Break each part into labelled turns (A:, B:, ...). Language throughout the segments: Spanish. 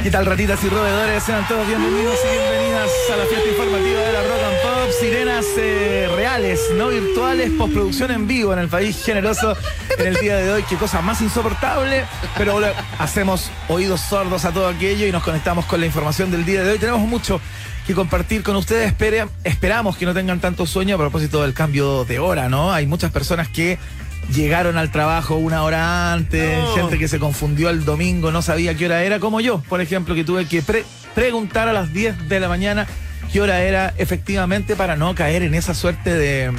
A: ¿Qué tal, ratitas y roedores? Sean todos bienvenidos y bienvenidas a la fiesta informativa de la Rock and Pop. Sirenas eh, reales, no virtuales, postproducción en vivo en el país generoso en el día de hoy. Qué cosa más insoportable. Pero bueno, hacemos oídos sordos a todo aquello y nos conectamos con la información del día de hoy. Tenemos mucho que compartir con ustedes. Espere- esperamos que no tengan tanto sueño a propósito del cambio de hora, ¿no? Hay muchas personas que llegaron al trabajo una hora antes,
B: No.
A: gente que se confundió el domingo, no sabía qué hora era, como yo, por ejemplo, que tuve que pre- preguntar a las 10 de la mañana qué hora era efectivamente para no caer en esa suerte de,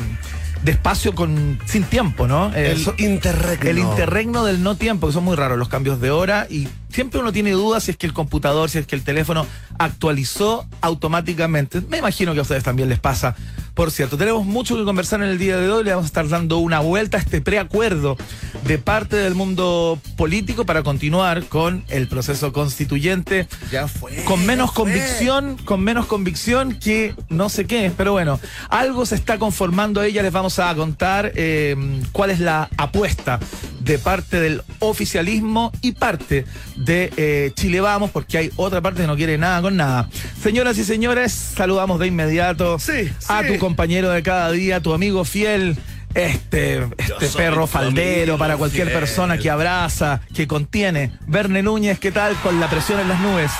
A: de espacio con, sin tiempo, ¿no? Eh,
B: El
A: so-
B: interregno.
A: el interregno del no tiempo, que son muy raros los cambios de hora y siempre uno tiene dudas si es que el computador, si es que el teléfono actualizó automáticamente. Me imagino que a ustedes también les pasa. Por cierto, tenemos mucho que conversar en el día de hoy. Le vamos a estar dando una vuelta a este preacuerdo de parte del mundo político para continuar con el proceso constituyente
B: Ya fue.
A: con menos
B: ya fue.
A: convicción, con menos convicción que no sé qué, pero bueno, algo se está conformando ahí, ya les vamos a contar eh, cuál es la apuesta de parte del oficialismo y parte de eh, Chile Vamos, porque hay otra parte que no quiere nada con nada. Señoras y señores, saludamos de inmediato
B: Sí,
A: a
B: sí.
A: tu compañero de cada día, tu amigo fiel. Este, este
B: soy
A: perro
B: tu
A: faldero
B: amigo
A: para cualquier
B: fiel.
A: persona que abraza, que contiene. Verne Núñez, ¿qué tal con la presión en las nubes?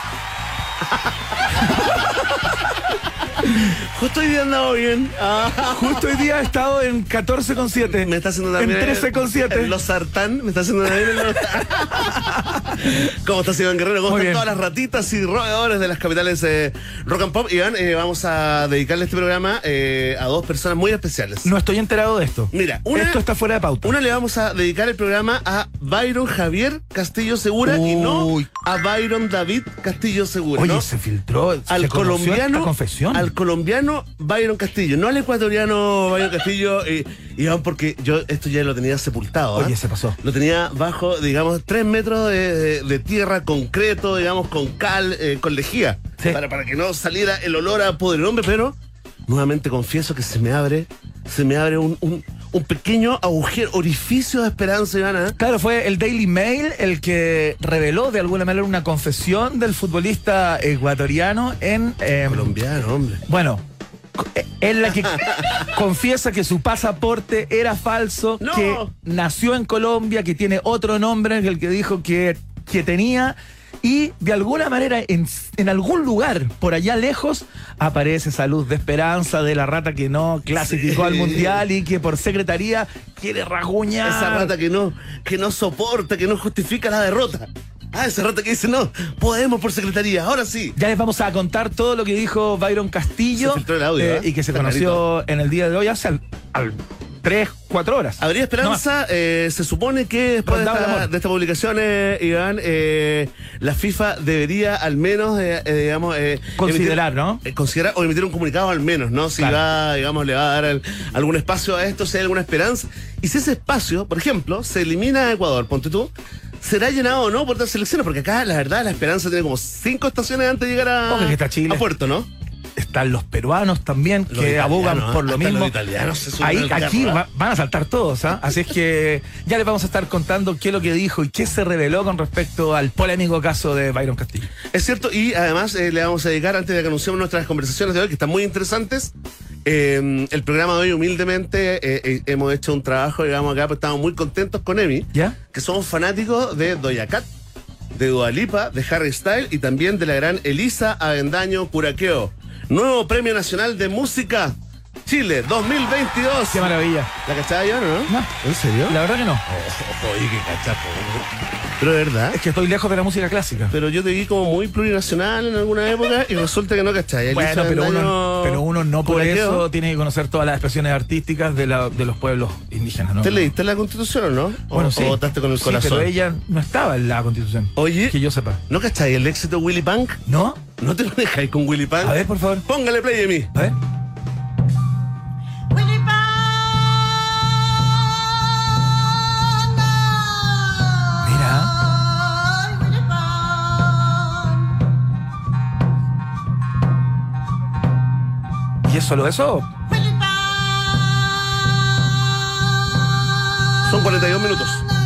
B: Justo hoy día andaba bien. Ah,
A: Justo hoy día he estado en 14,7.
B: me está haciendo
A: En
B: también.
A: 13,7.
B: Los sartán. Me está haciendo también. en Los... ¿Cómo estás, Iván Guerrero? ¿Cómo
A: Muy bien.
B: están todas las ratitas y roedores de las capitales eh, rock and pop? Iván, eh, vamos a dedicarle este programa eh, a dos personas muy especiales.
A: No estoy enterado de esto.
B: Mira, una-
A: Esto está fuera de pauta.
B: Una le vamos a dedicar el programa a Byron Javier Castillo Segura y no
A: Uy.
B: a Byron David Castillo Segura.
A: Oye,
B: ¿no?
A: se filtró. se conoció
B: al
A: esta
B: colombiano
A: confesión.
B: al colombiano Byron Castillo no al ecuatoriano Byron Castillo y, Iván porque yo esto ya lo tenía sepultado ¿ah?
A: Oye, se pasó.
B: lo tenía bajo digamos tres metros de, de- de tierra concreto digamos con cal eh, con lejía
A: Sí.
B: para, para que no saliera el olor a poder hombre pero nuevamente confieso que se me abre se me abre un, un- un pequeño agujero orificio de esperanza Iván ¿ah?
A: Claro, fue el Daily Mail el que reveló de alguna manera una confesión del futbolista ecuatoriano en. eh,
B: colombiano hombre
A: bueno, co- eh, en la que confiesa que su pasaporte era falso,
B: No.
A: que nació en Colombia, que tiene otro nombre que el que dijo que, que tenía. Y de alguna manera, en, en algún lugar, por allá lejos, aparece esa luz de esperanza de la rata que no clasificó
B: Sí.
A: al mundial y que por secretaría quiere rasguñar.
B: Esa rata que no, que no soporta, que no justifica la derrota. Ah, esa rata que dice, no, podemos por secretaría, ahora sí.
A: Ya les vamos a contar todo lo que dijo Byron Castillo
B: Se filtró el audio, ¿eh?
A: y que se
B: Está
A: conoció en el día de hoy hace al, al 3, 4 horas.
B: Habría esperanza, eh, se supone que después de
A: Rondaba el
B: esta,
A: amor.
B: de esta publicación, eh, Iván, eh, la FIFA debería al menos, eh, eh, digamos... eh,
A: Considerar, ¿no?
B: eh, considerar o emitir un comunicado al menos, ¿no? Si
A: Claro.
B: va, digamos, le va a dar el- algún espacio a esto, si hay alguna esperanza. Y si ese espacio, por ejemplo, se elimina a Ecuador, ponte tú, será llenado o no por otras selecciones, porque acá la verdad la esperanza tiene como cinco estaciones antes de llegar a,
A: Ojo que está Chile.
B: a Puerto, ¿no?
A: están los peruanos también
B: Los
A: que
B: italianos,
A: abogan por
B: ¿eh?
A: lo
B: Hasta
A: mismo.
B: los italianos se suben
A: Ahí,
B: al carro,
A: aquí
B: ¿eh?
A: va- van a saltar todos, ¿ah? Así es que ya les vamos a estar contando qué es lo que dijo y qué se reveló con respecto al polémico caso de Byron Castillo.
B: Es cierto, y además eh, le vamos a dedicar, antes de que anunciemos nuestras conversaciones de hoy, que están muy interesantes, eh, el programa de hoy humildemente eh, eh, hemos hecho un trabajo, digamos, acá, pues estamos muy contentos con Emi.
A: ¿Ya?
B: que somos fanáticos de Doja Cat, de Dualipa, de Harry Styles y también de la gran Elisa Avendaño Curaqueo. Nuevo Premio Nacional de Música Chile 2022.
A: Qué maravilla.
B: ¿La cachada yo, no?
A: No.
B: ¿En serio?
A: La verdad que no.
B: ¿Eh? Oye, qué cachapo. Pero de verdad.
A: Es que estoy lejos de la música clásica.
B: Pero yo te vi como muy plurinacional en alguna época y resulta que no cachai.
A: Bueno, pero uno, pero uno no por
B: Curaqueo.
A: eso tiene que conocer todas las expresiones artísticas de, la- de los pueblos indígenas, ¿no?
B: ¿Te leíste la constitución o no? ¿O-
A: Bueno,
B: o,
A: sí.
B: votaste con el
A: Sí,
B: corazón?
A: pero ella no estaba en la constitución.
B: Oye.
A: Que yo sepa.
B: ¿No cachai el éxito de Willy Punk?
A: ¿No?
B: ¿No te lo dejáis con Willy Punk?
A: A ver, por favor.
B: Póngale play a mí.
A: A ver.
C: Willy Panda.
A: Mira.
C: Ay, Willy Panda.
A: ¿Y es solo eso?
C: Willy
B: Son 42 minutos.
C: Panda.
B: Pero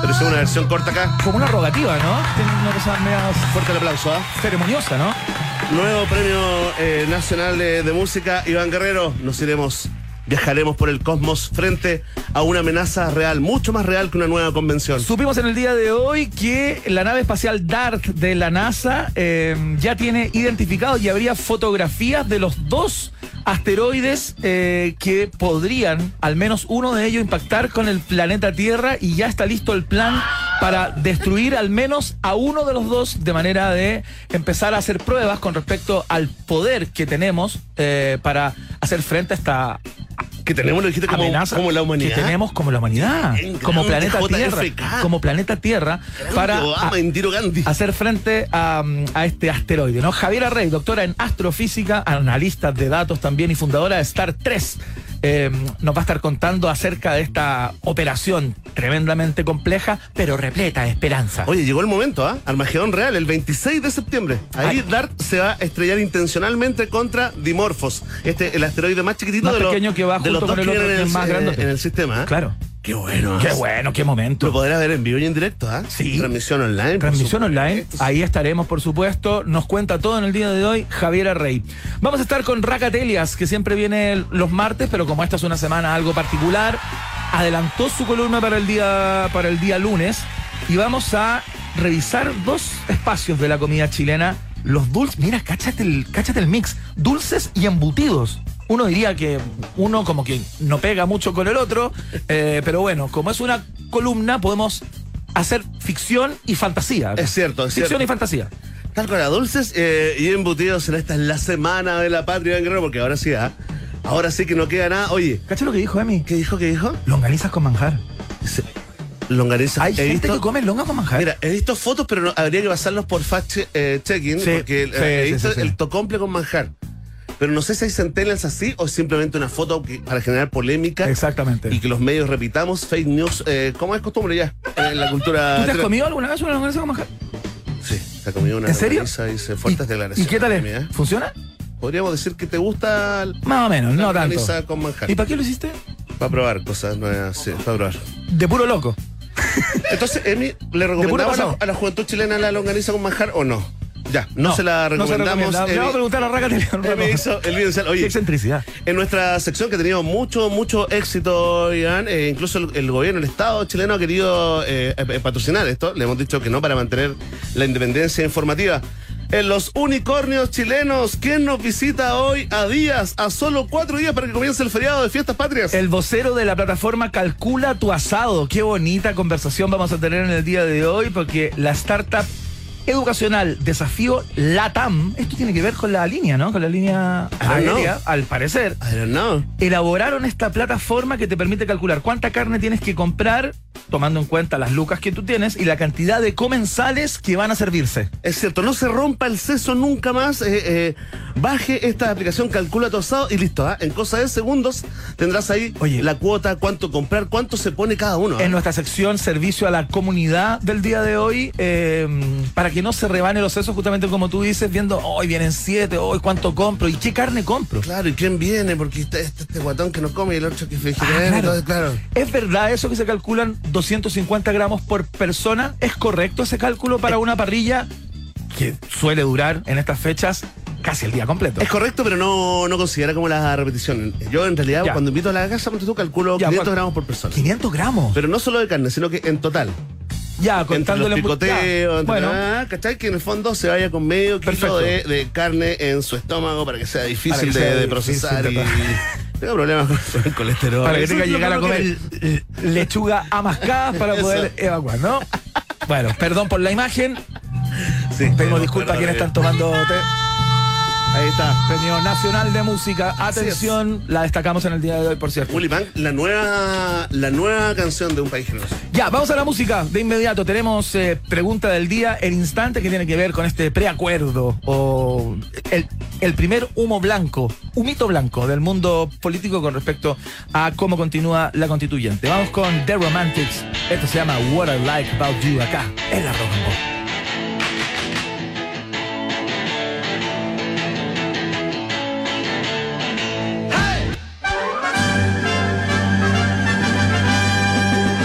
B: pero hicimos una versión corta acá.
A: Como una rogativa, ¿no? Tiene una cosa medio
B: Fuerte el aplauso, ¿ah?
A: ceremoniosa, ¿no?
B: Nuevo premio eh, nacional de, de música, Iván Guerrero. Nos iremos, viajaremos por el cosmos frente a una amenaza real, mucho más real que una nueva convención.
A: Supimos en el día de hoy que la nave espacial DART de la NASA eh, ya tiene identificado y habría fotografías de los dos asteroides eh, que podrían, al menos uno de ellos, impactar con el planeta Tierra y ya está listo el plan para destruir al menos a uno de los dos de manera de empezar a hacer pruebas con respecto al poder que tenemos eh, para hacer frente a esta
B: Que tenemos, lo dijiste, como,
A: amenaza
B: como la humanidad.
A: que tenemos como la humanidad,
B: Qué grande,
A: como planeta
B: JFK.
A: Tierra, como planeta Tierra para
B: Obama,
A: a-
B: Indiro ah, Gandhi.
A: hacer frente a, mm, a este asteroide, ¿no? Javiera Rey, doctora en astrofísica, analista de datos también y fundadora de Star 3. eh, nos va a estar contando acerca de esta operación tremendamente compleja, pero repleta de esperanza.
B: Oye, llegó el momento, ¿ah? Armagedón Real, el 26 de septiembre. Ahí
A: Ay.
B: DART se va a estrellar intencionalmente contra Dimorphos, este, el asteroide más chiquitito
A: Más
B: de, los-
A: pequeño que va
B: de los
A: junto con
B: dos
A: el
B: que
A: otro,
B: vienen
A: que
B: en
A: es más
B: eh,
A: grandote.
B: en el sistema. ¿ah?
A: Claro.
B: Qué bueno. ¿ah?
A: Qué bueno, qué
B: Lo
A: momento.
B: podrás ver en vivo y en directo, ¿ah?
A: Sí.
B: Transmisión online. por
A: Transmisión
B: supuesto.
A: online, ahí estaremos por supuesto. Nos cuenta todo en el día de hoy Javiera Rey. Vamos a estar con Raca Telias, que siempre viene los martes, pero como esta es una semana algo particular, adelantó su columna para el día, para el día lunes y vamos a revisar dos espacios de la comida chilena. Los dulces, mira, cáchate el, cáchate el mix, dulces y embutidos. Uno diría que uno como que no pega mucho con el otro, eh, pero bueno, como es una columna podemos hacer ficción y fantasía.
B: Es cierto, es
A: Ficción
B: cierto.
A: y fantasía.
B: Tal cual, a dulces eh, y embutidos en esta es la semana de la patria en Guerrero, porque ahora sí, ¿ah? Ahora sí que no queda nada. Oye,
A: ¿Cacha lo que dijo Emi?
B: ¿qué dijo? ¿Qué dijo?
A: Longanizas con manjar.
B: Se- Longaniza.
A: Hay
B: He
A: gente
B: visto-
A: que come longa con manjar.
B: Mira, he visto fotos, pero no- habría que pasarlos por fact che- eh, checking,
A: Sí,
B: porque
A: sí,
B: eh,
A: sí,
B: he visto
A: sí, sí.
B: el tocomple con manjar. Pero no sé si hay centenas así o simplemente una foto que- para generar polémica
A: Exactamente.
B: y que los medios repitamos fake news, eh, como es costumbre ya en la
A: ¿Tú
B: cultura.
A: te has
B: chilena.
A: comido alguna vez una longaniza con manjar?
B: Sí, se ha comido una
A: ¿En serio?
B: longaniza, dice, fuertes
A: ¿Y-
B: declaraciones. ¿eh?
A: ¿Y qué tal
B: mira.
A: es? ¿Funciona?
B: Podríamos decir que te gusta la
A: Más o menos, no tanto.
B: longaniza con manjar.
A: ¿Y para qué lo hiciste?
B: Para probar cosas nuevas, sí, para probar.
A: De puro loco.
B: Entonces, Emi, ¿le recomendamos a
A: pasada.
B: la, a la juventud chilena la longaniza con manjar o no? Ya, no, se la
A: no se
B: recomendamos.
A: recomienda. Le
B: Emi-
A: vamos a preguntar a Raca Telias.
B: Emi hizo el video inicial.
A: Qué
B: Oye,
A: excentricidad.
B: en nuestra sección que ha tenido mucho, mucho éxito, Iván, eh, incluso el, el gobierno, el Estado chileno ha querido eh, eh, patrocinar esto. Le hemos dicho que no para mantener la independencia informativa. En los unicornios chilenos, ¿quién nos visita hoy a días, a solo cuatro días para que comience el feriado de fiestas patrias?
A: El vocero de la plataforma Calcula tu asado. Qué bonita conversación vamos a tener en el día de hoy porque la startup educacional Desafío Latam, esto tiene que ver con la línea, ¿no? Con la línea
B: Ah,
A: aérea, al parecer.
B: I don't know.
A: Elaboraron esta plataforma que te permite calcular cuánta carne tienes que comprar, tomando en cuenta las lucas que tú tienes y la cantidad de comensales que van a servirse.
B: Es cierto, no se rompa el seso nunca más. eh, eh, baje esta aplicación, calcula tu asado y listo. ¿ah? En cosa de segundos tendrás ahí
A: Oye.
B: la cuota, cuánto comprar, cuánto se pone cada uno. ¿ah?
A: en nuestra sección Servicio a la Comunidad del día de hoy, eh, para que no se rebane los sesos, justamente como tú dices, viendo, hoy vienen siete, hoy cuánto compro y qué carne compro.
B: Claro, ¿y quién viene? Porque está este, este guatón que no come y el otro que es
A: Ah,
B: vegetariano. Entonces, claro.
A: ¿Es verdad eso que se calculan 250 gramos por persona? ¿Es correcto ese cálculo para una parrilla que suele durar en estas fechas casi el día completo?
B: Es correcto, pero no, no considera como la repetición. Yo, en realidad,
A: Ya.
B: cuando invito a la casa, ponte tú, calculo
A: Ya,
B: 500
A: ¿cuánto?
B: gramos por persona.
A: 500 gramos.
B: Pero no solo de carne, sino que en total.
A: ya,
B: Entre los
A: contándole
B: picoteos, entre
A: Bueno,
B: nada, ¿cachai? Que en el fondo se vaya con medio
A: Perfecto.
B: kilo de, de carne en su estómago para que sea
A: Para
B: difícil
A: que
B: de,
A: sea
B: de
A: difícil
B: procesar
A: de
B: y.
A: tratar.
B: Tengo problemas con el colesterol.
A: para que
B: Eso
A: tenga que
B: es lo
A: llegar a
B: malo que
A: comer l- lechuga amascada para
B: Eso.
A: poder evacuar, ¿no? Bueno, perdón por la imagen.
B: Sí,
A: Pedimos
B: tenemos
A: disculpas a quienes
B: perdón,
A: están tomando té.
B: Ahí está.
A: Premio Nacional de Música.
B: es.
A: Atención, la destacamos en el día de hoy, por cierto.
B: Willy Bank, la nueva, la nueva canción de un país generoso.
A: Ya, vamos a la música de inmediato. Tenemos eh, pregunta del día, el instante que tiene que ver con este preacuerdo o el, el primer humo blanco, humito blanco del mundo político con respecto a cómo continúa la constituyente. Vamos con The Romantics. Esto se llama What I Like About You acá en la Rock and Pop.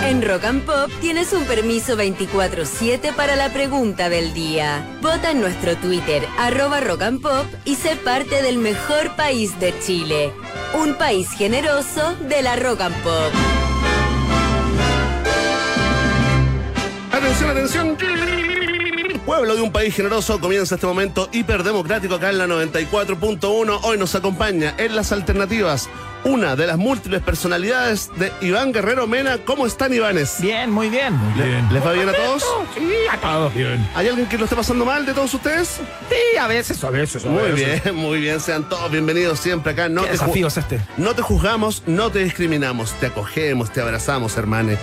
D: En Rock Rock and Pop tienes un permiso 24-7 para la pregunta del día. Vota en nuestro Twitter, arroba Rock and Pop, y sé parte del mejor país de Chile. Un país generoso de la Rock and Pop.
B: Atención, atención. Pueblo de un país generoso comienza este momento hiperdemocrático acá en la 94.1. Hoy nos acompaña en las alternativas una de las múltiples personalidades de Iván Guerrero Mena. ¿Cómo están, Ivanes?
A: Bien, muy bien.
E: Bien.
B: ¿Les va bien a todos? Ah,
E: Todo bien.
B: ¿Hay alguien que lo esté pasando mal de todos ustedes?
E: Sí, a veces, a veces. a
B: Muy
E: veces.
B: bien, muy bien. Sean todos bienvenidos siempre acá. No
A: ¿Qué
B: te ju-
A: desafío es este?
B: No te juzgamos, no te discriminamos, te acogemos, te abrazamos, hermane.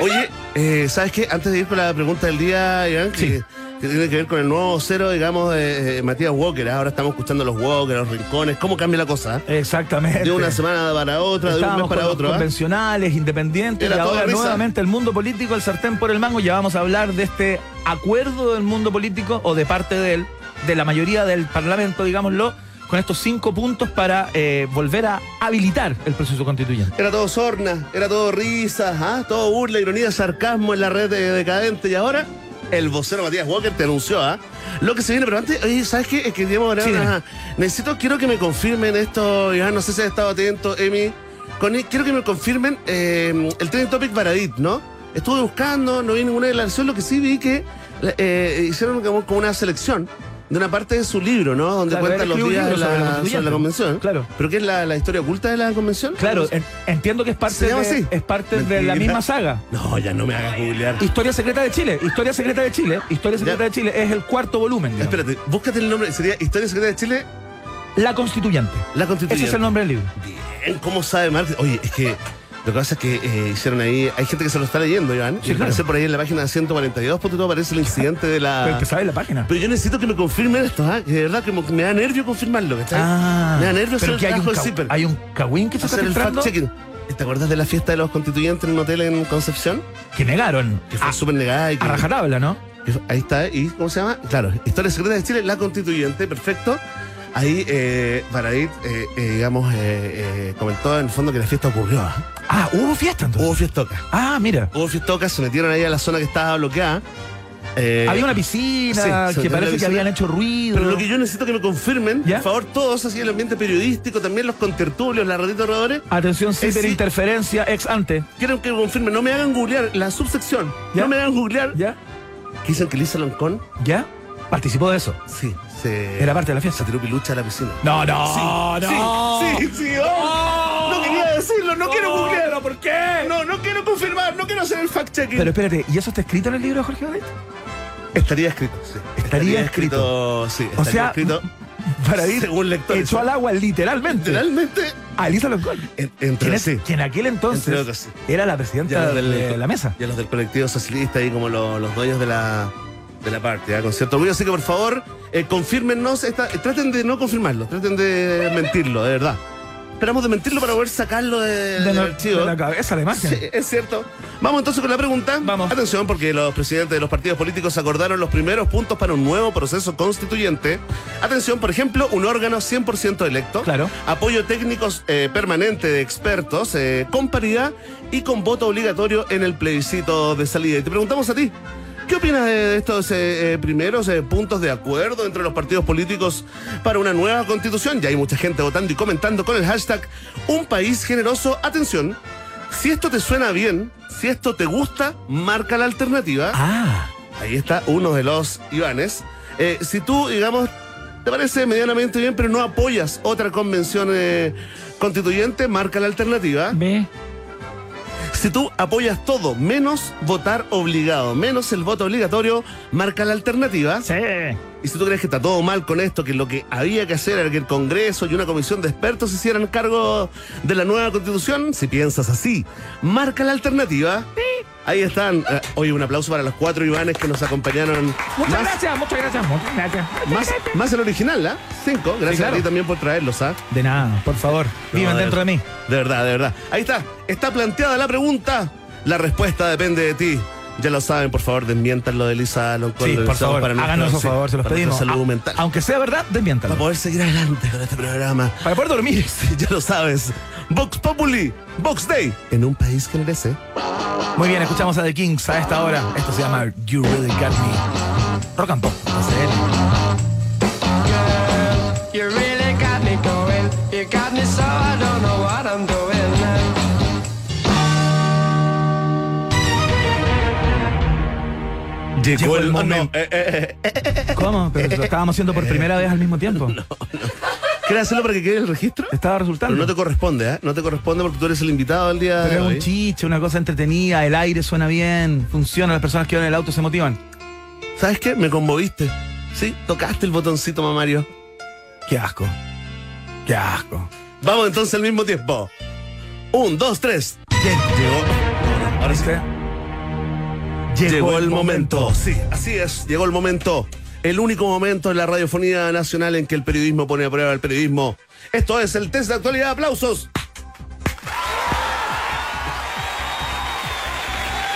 B: Oye, eh, ¿sabes qué? Antes de ir con la pregunta del día, Iván, que, que tiene que ver con el nuevo cero, digamos, de eh, Matías Walker. Ahora estamos escuchando los Walker, los rincones, cómo cambia la cosa. ¿eh?
A: Exactamente.
B: De una semana para otra, de
A: Este,
B: un mes
A: Estábamos
B: para
A: con
B: otro.
A: los
B: ¿ah?
A: convencionales, independientes,
B: Era
A: y
B: todo
A: ahora
B: risa.
A: nuevamente el mundo político, el sartén por el mango. Ya vamos a hablar de este acuerdo del mundo político, o de parte de él, de la mayoría del Parlamento, digámoslo, con estos cinco puntos para eh, volver a habilitar el proceso constituyente.
B: Era todo sorna, era todo risas, ¿ah? todo burla, ironía, sarcasmo en la red de- decadente. Y ahora, el vocero Matías Walker te anunció, ¿ah? Lo que se viene, pero antes, oye, ¿sabes qué? Es que digamos, ahora,
A: Sí, dime.
B: ajá, necesito, quiero que me confirmen esto, Iván, no sé si has estado atento, Emi. Con, e- quiero que me confirmen eh, el trending topic Baradit, ¿no? Estuve buscando, no vi ninguna declaración, lo que sí vi que eh, hicieron como, como una selección de una parte de su libro, ¿no? Donde
A: Claro,
B: cuentan
A: él
B: los
A: escribió un
B: días de
A: libro sobre la
B: la, sobre
A: constituyente.
B: la convención.
A: Claro.
B: ¿Pero qué es la, la historia oculta de la convención?
A: Claro, en- entiendo que es parte,
B: ¿Se llama
A: de,
B: así?
A: es parte de la
B: Mentira.
A: misma saga.
B: No, ya no me hagas googlear.
A: Historia Secreta de Chile, Historia Secreta de Chile, Historia Secreta
B: Ya.
A: de Chile es el cuarto volumen. digamos.
B: Espérate, búscate el nombre. Sería Historia Secreta de Chile,
A: La Constituyente.
B: la
A: Ese
B: Constituyente.
A: es el nombre del libro.
B: Bien, ¿cómo sabe Marx? Oye, es que lo que pasa es que eh, hicieron ahí. Hay gente que se lo está leyendo, Iván.
A: Sí,
B: y
A: claro.
B: Aparece por ahí en la página 142, porque pues, todo aparece el incidente de
A: Pero
B: la.
A: el que sabe la página.
B: Pero yo necesito que me confirmen esto, ¿ah? Que de verdad que me, me da nervio confirmarlo, ¿cachai? me da nervio hacer
A: Ah, pero
B: el
A: que hay un,
B: trabajo del
A: ca-
B: zipper.
A: hay un cagüín que se está
B: Hacer el
A: filtrando
B: fact-checking. ¿Te acuerdas de la fiesta de los constituyentes en un hotel en Concepción?
A: que negaron
B: Que fue
A: a,
B: súper negada y que.
A: Ah, a rajatabla, ¿no?
B: Ahí está, ¿y cómo se llama? Claro, Historia Secreta de Chile, la constituyente, perfecto. Ahí eh, Baradit, eh, eh, digamos, eh, eh, comentó en el fondo que la fiesta ocurrió. ¿ah?
A: Ah, hubo fiesta entonces.
B: Hubo fiestoca.
A: Ah, mira.
B: Hubo fiestoca, se metieron ahí a la zona que estaba bloqueada. Eh,
A: había una
B: sí, se
A: piscina
B: metió
A: que
B: en la
A: parece que
B: piscina.
A: habían hecho ruido.
B: Pero lo que yo necesito que me confirmen,
A: ¿Ya?
B: por favor, todos, así el ambiente periodístico, también los contertulios, las ratitas rodadores,
A: Atención,
B: Eh, sí.
A: ciberinterferencia ex ante.
B: quiero que me confirmen, no me hagan googlear la subsección,
A: ¿Ya?
B: no me hagan googlear.
A: ¿Ya?
B: ¿Qué dicen que Lisa Loncón?
A: ¿Ya? Participó de eso.
B: Sí, se,
A: Era parte de la
B: se
A: fiesta.
B: tiró pilucha a la piscina.
A: No, no, no.
B: Sí, sí, sí. oh. No quería decirlo, no quiero googlearlo.
A: ¿Por qué?
B: No, no quiero confirmar, no quiero hacer el fact-checking.
A: Pero espérate, ¿y eso está escrito en el libro de Jorge Badet?
B: estaría escrito, sí.
A: Estaría
B: sí. Estaría
A: O sea,
B: escrito
A: Para ir
B: según lectores.
A: echó al agua literalmente.
B: Literalmente,
A: A Elisa Loncón.
B: en-
A: Quien,
B: entre
A: es-
B: sí.
A: quien aquel entonces
B: Entre otros, sí.
A: era la presidenta
B: los del-
A: de la mesa.
B: Y a los del colectivo socialista y como los, los dueños de la, de la parte, ¿ah? con cierto orgullo. Así que por favor, eh, confírmennos. esta- eh, traten de no confirmarlo, traten de mentirlo, de verdad. Esperamos de mentirlo para poder sacarlo de,
A: De,
B: del
A: la-
B: archivo.
A: de la cabeza, la imagen.
B: Sí, es cierto. Vamos entonces con la pregunta.
A: Vamos.
B: Atención, porque los presidentes de los partidos políticos acordaron los primeros puntos para un nuevo proceso constituyente. Atención, por ejemplo, un órgano 100% electo.
A: Claro.
B: Apoyo técnico eh, permanente de expertos, eh, con paridad y con voto obligatorio en el plebiscito de salida. Y te preguntamos a ti. ¿Qué opinas de de estos eh, eh, primeros eh, puntos de acuerdo entre los partidos políticos para una nueva constitución? Ya hay mucha gente votando y comentando con el hashtag Un país generoso. Atención, si esto te suena bien, si esto te gusta, marca la alternativa.
A: Ah,
B: Ahí está uno de los Ivanes. Eh, si tú, digamos, te parece medianamente bien, pero no apoyas otra convención eh, constituyente, marca la alternativa.
A: ve.
B: Si tú apoyas todo, menos votar obligado, menos el voto obligatorio, marca la alternativa.
A: Sí.
B: Y si tú crees que está todo mal con esto, que lo que había que hacer era que el Congreso y una comisión de expertos se hicieran cargo de la nueva constitución, si piensas así, marca la alternativa. Ahí están. Eh, Oye, un aplauso para los cuatro Ivanes que nos acompañaron.
A: Muchas
B: más,
A: gracias, muchas gracias, muchas gracias.
B: más, más el original, ¿ah? Cinco. Gracias
A: claro.
B: a ti también por traerlos, ¿ah?
A: De nada, por favor, viven
B: No,
A: dentro de mí.
B: De verdad, de verdad. Ahí está. Está planteada la pregunta. La respuesta depende de ti. Ya lo saben, por favor, desmientan lo de Elisa Loncón.
A: Sí,
B: lo
A: por
B: realizamos
A: favor,
B: nuestra-
A: háganos por
B: sí,
A: favor, se los
B: para nuestra
A: pedimos. Ah,
B: salud
A: A-
B: mental.
A: Aunque sea verdad,
B: Para
A: desmiéntalo.
B: poder seguir adelante con este programa.
A: Para poder dormir.
B: Ya lo sabes. Vox Populi, Vox Day. En un país que merece.
A: Muy bien, escuchamos a The Kings a esta hora. Esto se llama You Really Got Me. Rock and Pop.
F: You really got me going. You got me so I don't know what I'm doing now.
A: Llegó el momento.
B: no, eh, eh, eh, eh.
A: ¿Cómo? Pero lo estábamos haciendo por primera vez al mismo tiempo.
B: ¿Quieres hacerlo para que quede el registro?
A: ¿Te estaba
B: Pero
A: resultando?
B: no te ¿eh? corresponde, ¿eh? No te corresponde porque tú eres el invitado del día de
A: Pero es
B: hoy.
A: un chiche, una cosa entretenida, el aire suena bien, funciona, las personas que van en el auto se motivan.
B: ¿Sabes qué? Me conmoviste. Sí, tocaste el botoncito, mamario.
A: Qué asco. Qué asco.
B: Vamos entonces al mismo tiempo. Un, dos, tres. Lle- Llegó. Ahora sí.
A: ¿Viste?
B: Llegó el momento. Sí, así es. Llegó el momento. El único momento en la radiofonía nacional en que el periodismo pone a prueba el periodismo. Esto es el test de actualidad. Aplausos.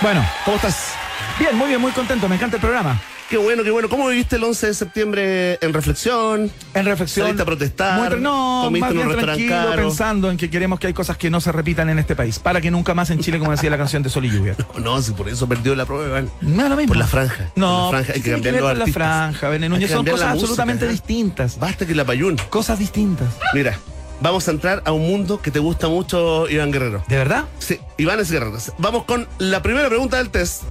A: Bueno,
B: ¿Cómo estás?
A: bien, muy bien, muy contento, me encanta el programa.
B: Qué bueno, qué bueno. ¿Cómo viviste el 11 de septiembre en reflexión?
A: En reflexión.
B: Saliste a protestar,
A: Muy tra- no,
B: comiste
A: más
B: en un
A: bien
B: restaurante
A: tranquilo,
B: caro.
A: pensando en que queremos que hay cosas que no se repitan en este país. Para que nunca más en Chile, como decía la canción de Sol y Lluvia.
B: Oh, No, si por eso perdió la prueba. Iván.
A: No es lo mismo.
B: Por la franja.
A: No,
B: Por la franja. Hay
A: ¿qué
B: que
A: tiene
B: cambiar
A: ver
B: los
A: con la
B: artistas.
A: franja, Bené
B: Hay
A: Núñez,
B: que
A: Son
B: cambiar
A: cosas
B: la música,
A: absolutamente
B: ¿eh?
A: distintas.
B: Basta que la payún.
A: Cosas distintas.
B: Mira, vamos a entrar a un mundo que te gusta mucho, Iván Guerrero.
A: ¿De verdad?
B: Sí, Iván es Guerrero. Vamos con la primera pregunta del test.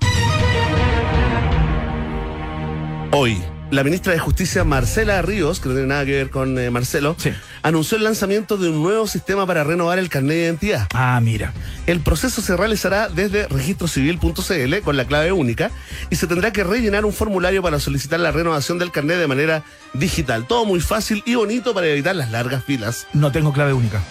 B: Hoy, la ministra de Justicia, Marcela Ríos, que no tiene nada que ver con eh, Marcelo,
A: Sí.
B: anunció el lanzamiento de un nuevo sistema para renovar el carnet de identidad.
A: Ah, mira.
B: El proceso se realizará desde registrocivil.cl con la clave única y se tendrá que rellenar un formulario para solicitar la renovación del carnet de manera digital. Todo muy fácil y bonito para evitar las largas filas.
A: No tengo clave única.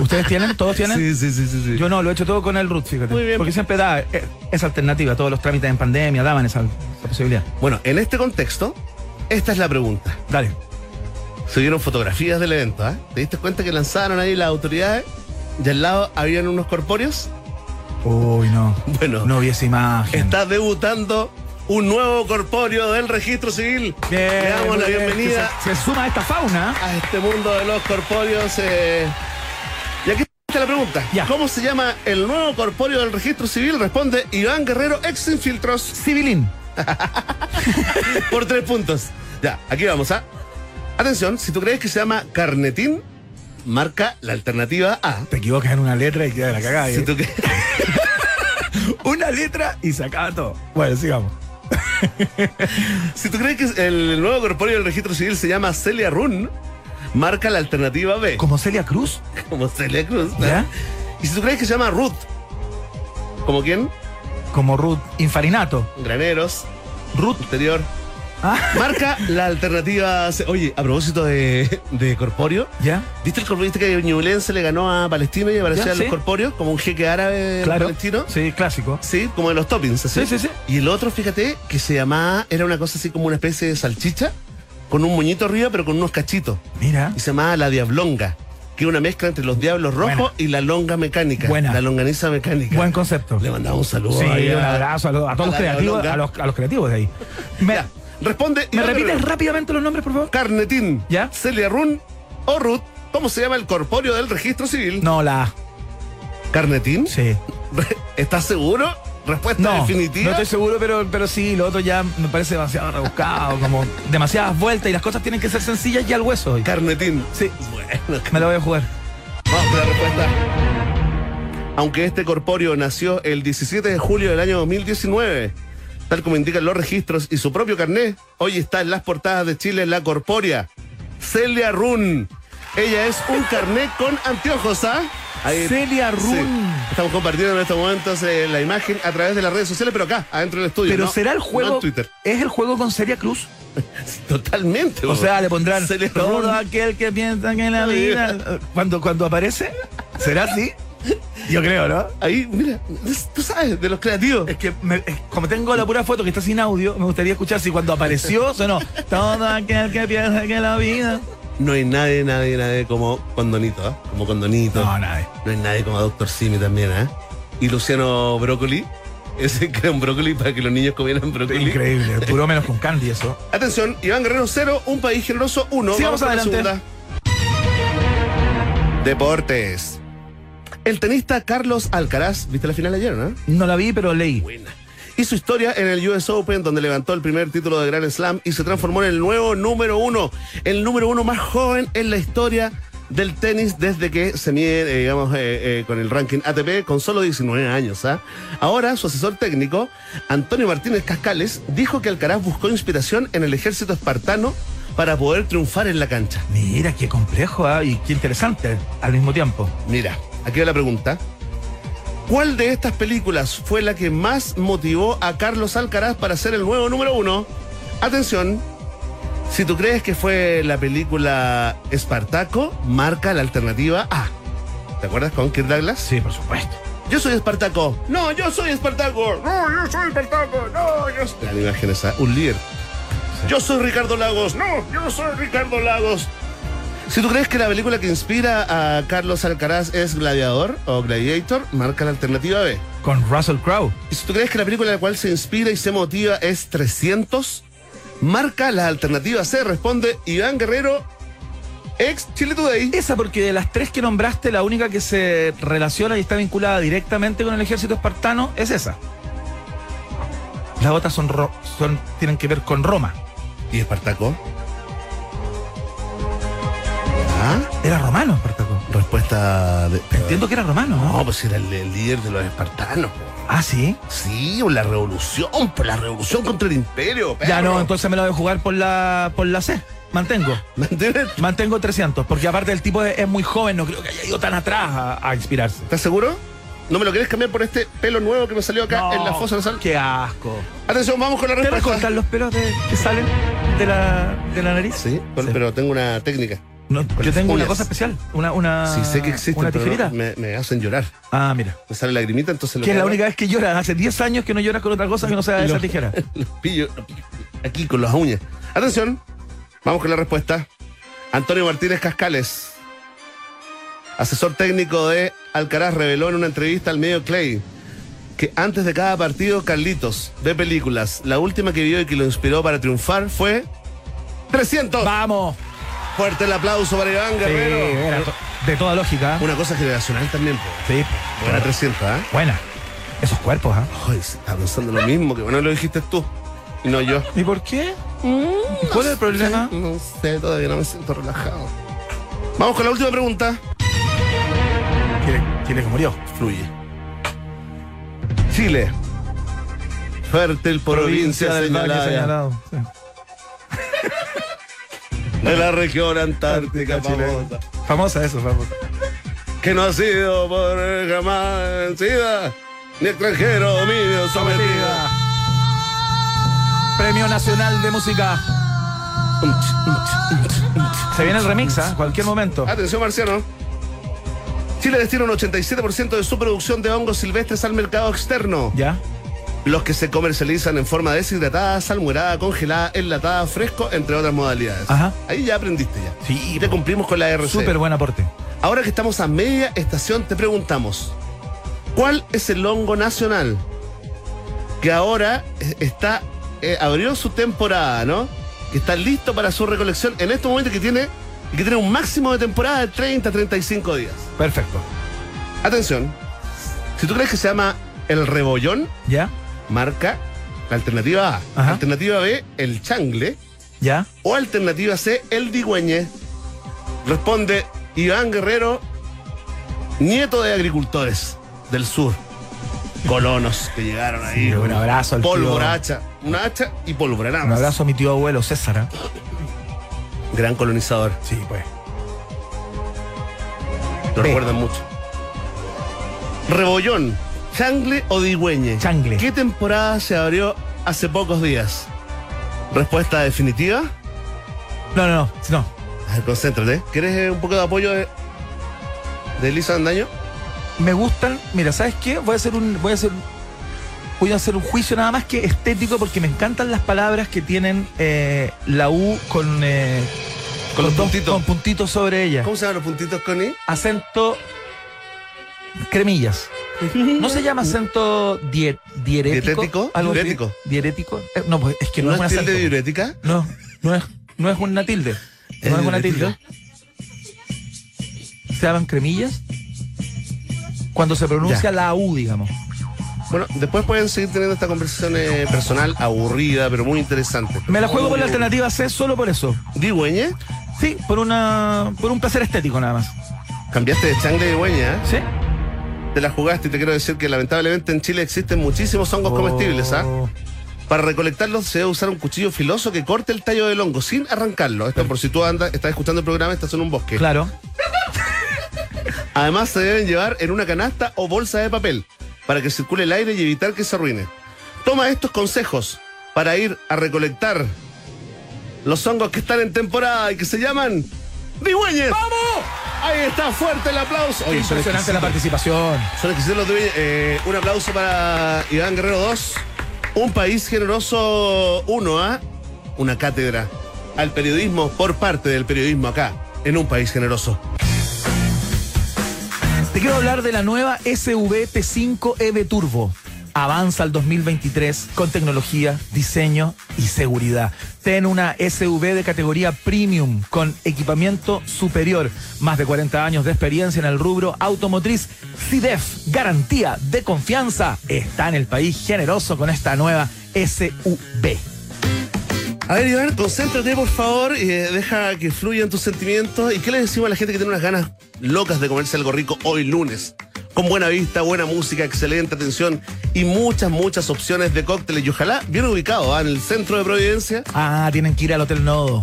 A: ¿Ustedes tienen? ¿Todos tienen?
B: sí, sí, sí.
A: Yo no, lo he hecho todo con el root, fíjate.
B: Muy bien.
A: Porque siempre da eh, esa alternativa. Todos los trámites en pandemia daban esa, esa posibilidad.
B: Bueno, en este contexto, esta es la pregunta.
A: Dale.
B: Subieron fotografías del evento, ¿ah? ¿Te diste cuenta que lanzaron ahí las autoridades? Y al lado habían unos corpóreos.
A: Uy, no.
B: Bueno,
A: No vi esa imagen.
B: está debutando un nuevo corpóreo del registro civil.
A: Bien,
B: Le damos la
A: muy bien.
B: bienvenida
A: Que Se, se suma a esta fauna.
B: a este mundo de los corpóreos. eh. Y aquí está la pregunta.
A: Ya.
B: ¿Cómo se llama el nuevo corpóreo del registro civil? Responde Iván Guerrero, ex infiltros,
A: Civilín.
B: por tres puntos. Ya, aquí vamos, ¿ah? Atención, si tú crees que se llama carnetín, marca la alternativa A.
A: Te equivocas en una letra y queda de la cagada.
B: Si
A: ¿eh?
B: tú crees...
A: Una letra y se acaba todo. Bueno, sigamos.
B: Si tú crees que el nuevo corpóreo del registro civil se llama Celia Run, marca la alternativa B,
A: Eh. Como Celia Cruz.
B: como Celia Cruz. ¿no?
A: ¿Ya?
B: Y si tú crees que se llama Ruth, ¿como quién?
A: Como Ruth Infarinato.
B: Graneros, Ruth interior.
A: Ah.
B: Marca la alternativa C. Oye, a propósito de, de corpóreo,
A: ¿Ya?
B: ¿viste el corpóreo? ¿Viste que Ñublense le ganó a Palestino y aparecía
A: Ya,
B: en los
A: sí.
B: corpóreos como un jeque árabe
A: Claro.
B: palestino?
A: Sí, clásico.
B: Sí, como de los toppings,
A: Sí,
B: así.
A: sí, sí.
B: Y el otro, fíjate, que se llamaba, era una cosa así como una especie de salchicha, con un moñito arriba, pero con unos cachitos.
A: Mira.
B: Y se llamaba La Diablonga, que era una mezcla entre los diablos rojos
A: Buena.
B: y la longa mecánica.
A: Buena.
B: La longaniza mecánica.
A: Buen concepto.
B: Le mandamos un saludo.
A: Sí,
B: ahí a-
A: un abrazo a, los- a todos los
B: a la
A: creativos,
B: Diablonga.
A: a los, a los creativos de ahí. Me,
B: Ya. Responde.
A: ¿Me
B: Iván
A: repites
B: Guerrero.
A: rápidamente los nombres, por favor?
B: Carnetín.
A: Ya.
B: Celia Run o Ruth. ¿Cómo se llama el corpóreo del registro civil?
A: No, la A.
B: ¿Carnetín?
A: Sí.
B: ¿Estás seguro? Respuesta
A: No,
B: definitiva.
A: no estoy seguro, pero, pero sí, lo otro ya me parece demasiado rebuscado, como demasiadas vueltas y las cosas tienen que ser sencillas y al hueso. hoy.
B: Carnetín.
A: Sí,
B: Bueno,
A: me la voy a jugar.
B: Vamos con la respuesta. Aunque este corpóreo nació el 17 de julio del año 2019, tal como indican los registros y su propio carnet, hoy está en las portadas de Chile la corpórea Celia Run. Ella es un carnet con anteojos, ¿ah? Ahí-
A: Celia Run.
B: Sí. Estamos compartiendo en estos momentos eh, la imagen a través de las redes sociales, pero acá, adentro del estudio.
A: Pero
B: ¿no?
A: será el juego.
B: No en Twitter.
A: ¿Es el juego con Celia Cruz?
B: Totalmente.
A: O
B: bo.
A: sea, le pondrán
B: Celia
A: todo
B: Run.
A: aquel que piensa que la
B: La vida.
A: vida. Cuando, cuando aparece, ¿será así? Yo creo, ¿no?
B: Ahí, mira, tú sabes, de los creativos.
A: Es que me- es- como tengo la pura foto que está sin audio, me gustaría escuchar si cuando apareció sonó todo aquel que piensa que la vida.
B: No hay nadie, nadie, nadie como Condonito, ¿ah? Como Condonito.
A: No, nadie.
B: No hay nadie como Doctor Simi también, ¿eh? Y Luciano Brócoli. Ese crean brócoli para que los niños comieran brócoli.
A: Increíble, duró menos con Candy eso.
B: Atención, Iván Guerrero 0, un país generoso 1.
A: Sí, vamos adelante.
B: Deportes. El tenista Carlos Alcaraz, viste la final ayer, ¿no?
A: No la vi, pero leí.
B: Buena. Y su historia en el US Open, donde levantó el primer título de Grand Slam y se transformó en el nuevo número uno, el número uno más joven en la historia del tenis desde que se mide, eh, digamos, eh, eh, con el ranking ATP con solo 19 años. ¿ah? Ahora, su asesor técnico, Antonio Martínez Cascales, dijo que Alcaraz buscó inspiración en el ejército espartano para poder triunfar en la cancha.
A: Mira, qué complejo ¿ah? y qué interesante al mismo tiempo.
B: Mira, aquí va la pregunta. ¿Cuál de estas películas fue la que más motivó a Carlos Alcaraz para ser el nuevo número uno? Atención, si tú crees que fue la película Espartaco, marca la alternativa A. ¿Te acuerdas con Kirk Douglas?
A: Sí, por supuesto.
B: Yo soy Espartaco. No, yo soy Espartaco. No, yo soy Espartaco. No, yo soy. La imagen esa, un líder. Yo soy Ricardo Lagos. No, yo soy Ricardo Lagos. Si tú crees que la película que inspira a Carlos Alcaraz es Gladiador o Gladiator, marca la alternativa B.
A: Con Russell Crowe.
B: Y si tú crees que la película en la cual se inspira y se motiva es 300, marca la alternativa C. Responde Iván Guerrero, ex Chile Today.
A: Esa porque de las tres que nombraste, la única que se relaciona y está vinculada directamente con el ejército espartano es esa. Las otras son, ro- son tienen que ver con Roma.
B: ¿Y Espartaco? ¿Ah?
A: Era romano, Espartaco.
B: Respuesta de.
A: Entiendo que era romano, ¿no?
B: No, pues era el, el líder de los espartanos. po.
A: Ah, sí.
B: Sí, o la revolución, por la revolución contra el imperio. perro.
A: Ya no, entonces me la voy a jugar por la, por la C. Mantengo.
B: ¿Me entiendes?
A: Mantengo 300, porque aparte el tipo es, es muy joven, no creo que haya ido tan atrás a, a inspirarse.
B: ¿Estás seguro? ¿No me lo querés cambiar por este pelo nuevo que me salió acá en la fosa nasal?
A: Qué asco.
B: Atención, vamos con la
A: ¿Te
B: respuesta.
A: recortan los pelos de- que salen de la, de la nariz?
B: Sí, con-
A: Sí.
B: pero tengo una técnica.
A: No,
B: con
A: yo
B: las
A: tengo una
B: uñas.
A: cosa especial. Una, una,
B: sí, sé que existe,
A: Ah, una
B: pero no,
A: tijerita.
B: me, me hacen llorar.
A: Ah, mira.
B: Me sale lagrimita, entonces lo
A: Que es la
B: hago-
A: única vez que lloras. Hace 10 años que no lloras con otra cosa que no sea esa
B: Lo-
A: tijera.
B: Los pillo, los pillo aquí con las uñas. Atención, vamos con la respuesta. Antonio Martínez Cascales, asesor técnico de Alcaraz, reveló en una entrevista al medio Clay que antes de cada partido, Carlitos ve películas. La última que vio y que lo inspiró para triunfar fue 300.
A: ¡Vamos!
B: Fuerte el aplauso para Iván
A: Sí,
B: Guerrero.
A: era to- de toda lógica.
B: Una cosa generacional también. po.
A: Sí.
B: Buena 300, ¿ah?
A: Buena. Esos cuerpos, ¿ah?
B: Ay, se está pensando lo mismo, que bueno lo dijiste tú y no yo.
A: ¿Y por qué? ¿Cuál es el problema?
B: No sé, todavía no me siento relajado. Vamos con la última pregunta.
A: Chile, Chile que murió.
B: Fluye. Chile. Fértil provincia, señalada
A: señalado. Sí.
B: de la región antártica
A: Chile.
B: famosa,
A: Famosa eso, famosa.
B: que no ha sido por jamás vencida, ni extranjero dominio sometida.
A: Premio Nacional de Música. Se viene el remix, ¿ah? Cualquier momento.
B: Atención, Marciano. Chile destina un 87% de su producción de hongos silvestres al mercado externo.
A: ¿Ya?
B: los que se comercializan en forma deshidratada, salmuerada, congelada, enlatada, fresco, entre otras modalidades.
A: Ajá.
B: Ahí ya aprendiste ya.
A: Sí,
B: Y te
A: po.
B: cumplimos con la RC.
A: Súper buen aporte.
B: Ahora que estamos a media estación, te preguntamos, ¿cuál es el hongo nacional que ahora eh, está eh, abrió su temporada, ¿no? Que está listo para su recolección en este momento que tiene que tiene un máximo de temporada de 30 35 días.
A: Perfecto.
B: Atención. Si tú crees que se llama el rebollón,
A: ¿Ya?
B: marca la alternativa A.
A: Ajá.
B: Alternativa B, el changle.
A: ¿Ya?
B: O alternativa C, el digüeñe. Responde Iván Guerrero, nieto de agricultores del sur. Colonos que llegaron ahí.
A: Sí, un
B: con
A: abrazo al
B: Pólvora,
A: tío.
B: hacha. Una hacha y pólvora, nada
A: Un
B: más.
A: abrazo a mi tío abuelo, César. ¿ah?
B: Gran colonizador.
A: Sí, pues.
B: Lo
A: B.
B: recuerdan mucho. Rebollón, changle o digüeñe.
A: Changle.
B: ¿Qué temporada se abrió hace pocos días? Respuesta definitiva.
A: No, no, no. no.
B: A ver, concéntrate. ¿Quieres eh, un poco de apoyo de, de Elisa Andaño?
A: Me gustan. Mira, ¿sabes qué? Voy a hacer un. Voy a hacer. Voy a hacer un juicio nada más que estético porque me encantan las palabras que tienen eh, la U con, eh,
B: Con los
A: dos-
B: puntitos.
A: con puntitos sobre ella.
B: ¿Cómo se llaman los puntitos, Connie?
A: acento cremillas. No se llama acento die- diurético.
B: ¿Dietético?
A: algo así.
B: Diurético.
A: ¿Diurético? Eh, no, pues es que no,
B: ¿No
A: es una
B: es tilde
A: salsa.
B: diurética?
A: No, no es, no es una tilde. No
B: ¿Es
A: es una tilde.
B: diurético?
A: Se llaman cremillas. Cuando se pronuncia
B: Ya.
A: la U, digamos.
B: Bueno, después pueden seguir teniendo esta conversación eh, personal aburrida, pero muy interesante.
A: Me la juego por la
B: Eh,
A: alternativa C solo por eso.
B: ¿Digüeñe?
A: Sí, por una por un placer estético nada más.
B: Cambiaste de changle de hueña, ¿eh?
A: ¿Sí?
B: Te la jugaste y te quiero decir que lamentablemente en Chile existen muchísimos hongos comestibles, ¿ah?
A: Oh.
B: Para recolectarlos se debe usar un cuchillo filoso que corte el tallo del hongo sin arrancarlo. Esto por si tú andas, estás escuchando el programa, estás en un bosque.
A: Claro.
B: Además se deben llevar en una canasta o bolsa de papel para que circule el aire y evitar que se arruine. Toma estos consejos para ir a recolectar los hongos que están en temporada y que se llaman digüeñes. ¡Vamos! Ahí está fuerte el aplauso. Oye, son
A: Impresionante la participación.
B: Son exquisitos los dueños. Eh, un aplauso para Iván Guerrero 2. Un país generoso 1, ¿ah? Una cátedra al periodismo por parte del periodismo acá, en un país generoso.
A: Te quiero hablar de la nueva SUV T5 EV E Turbo. Avanza al 2023 con tecnología, diseño y seguridad. Ten una SUV de categoría premium con equipamiento superior. Más de 40 años de experiencia en el rubro automotriz. CIDEF, garantía de confianza, está en el país generoso con esta nueva SUV.
B: A ver, Iván, concéntrate, por favor, y eh, deja que fluyan tus sentimientos. ¿Y qué le decimos a la gente que tiene unas ganas locas de comerse algo rico hoy lunes? Con buena vista, buena música, excelente atención y muchas, muchas opciones de cócteles. Y ojalá bien ubicado, ¿ah? en el centro de Providencia.
A: Ah, tienen que ir al Hotel Nodo.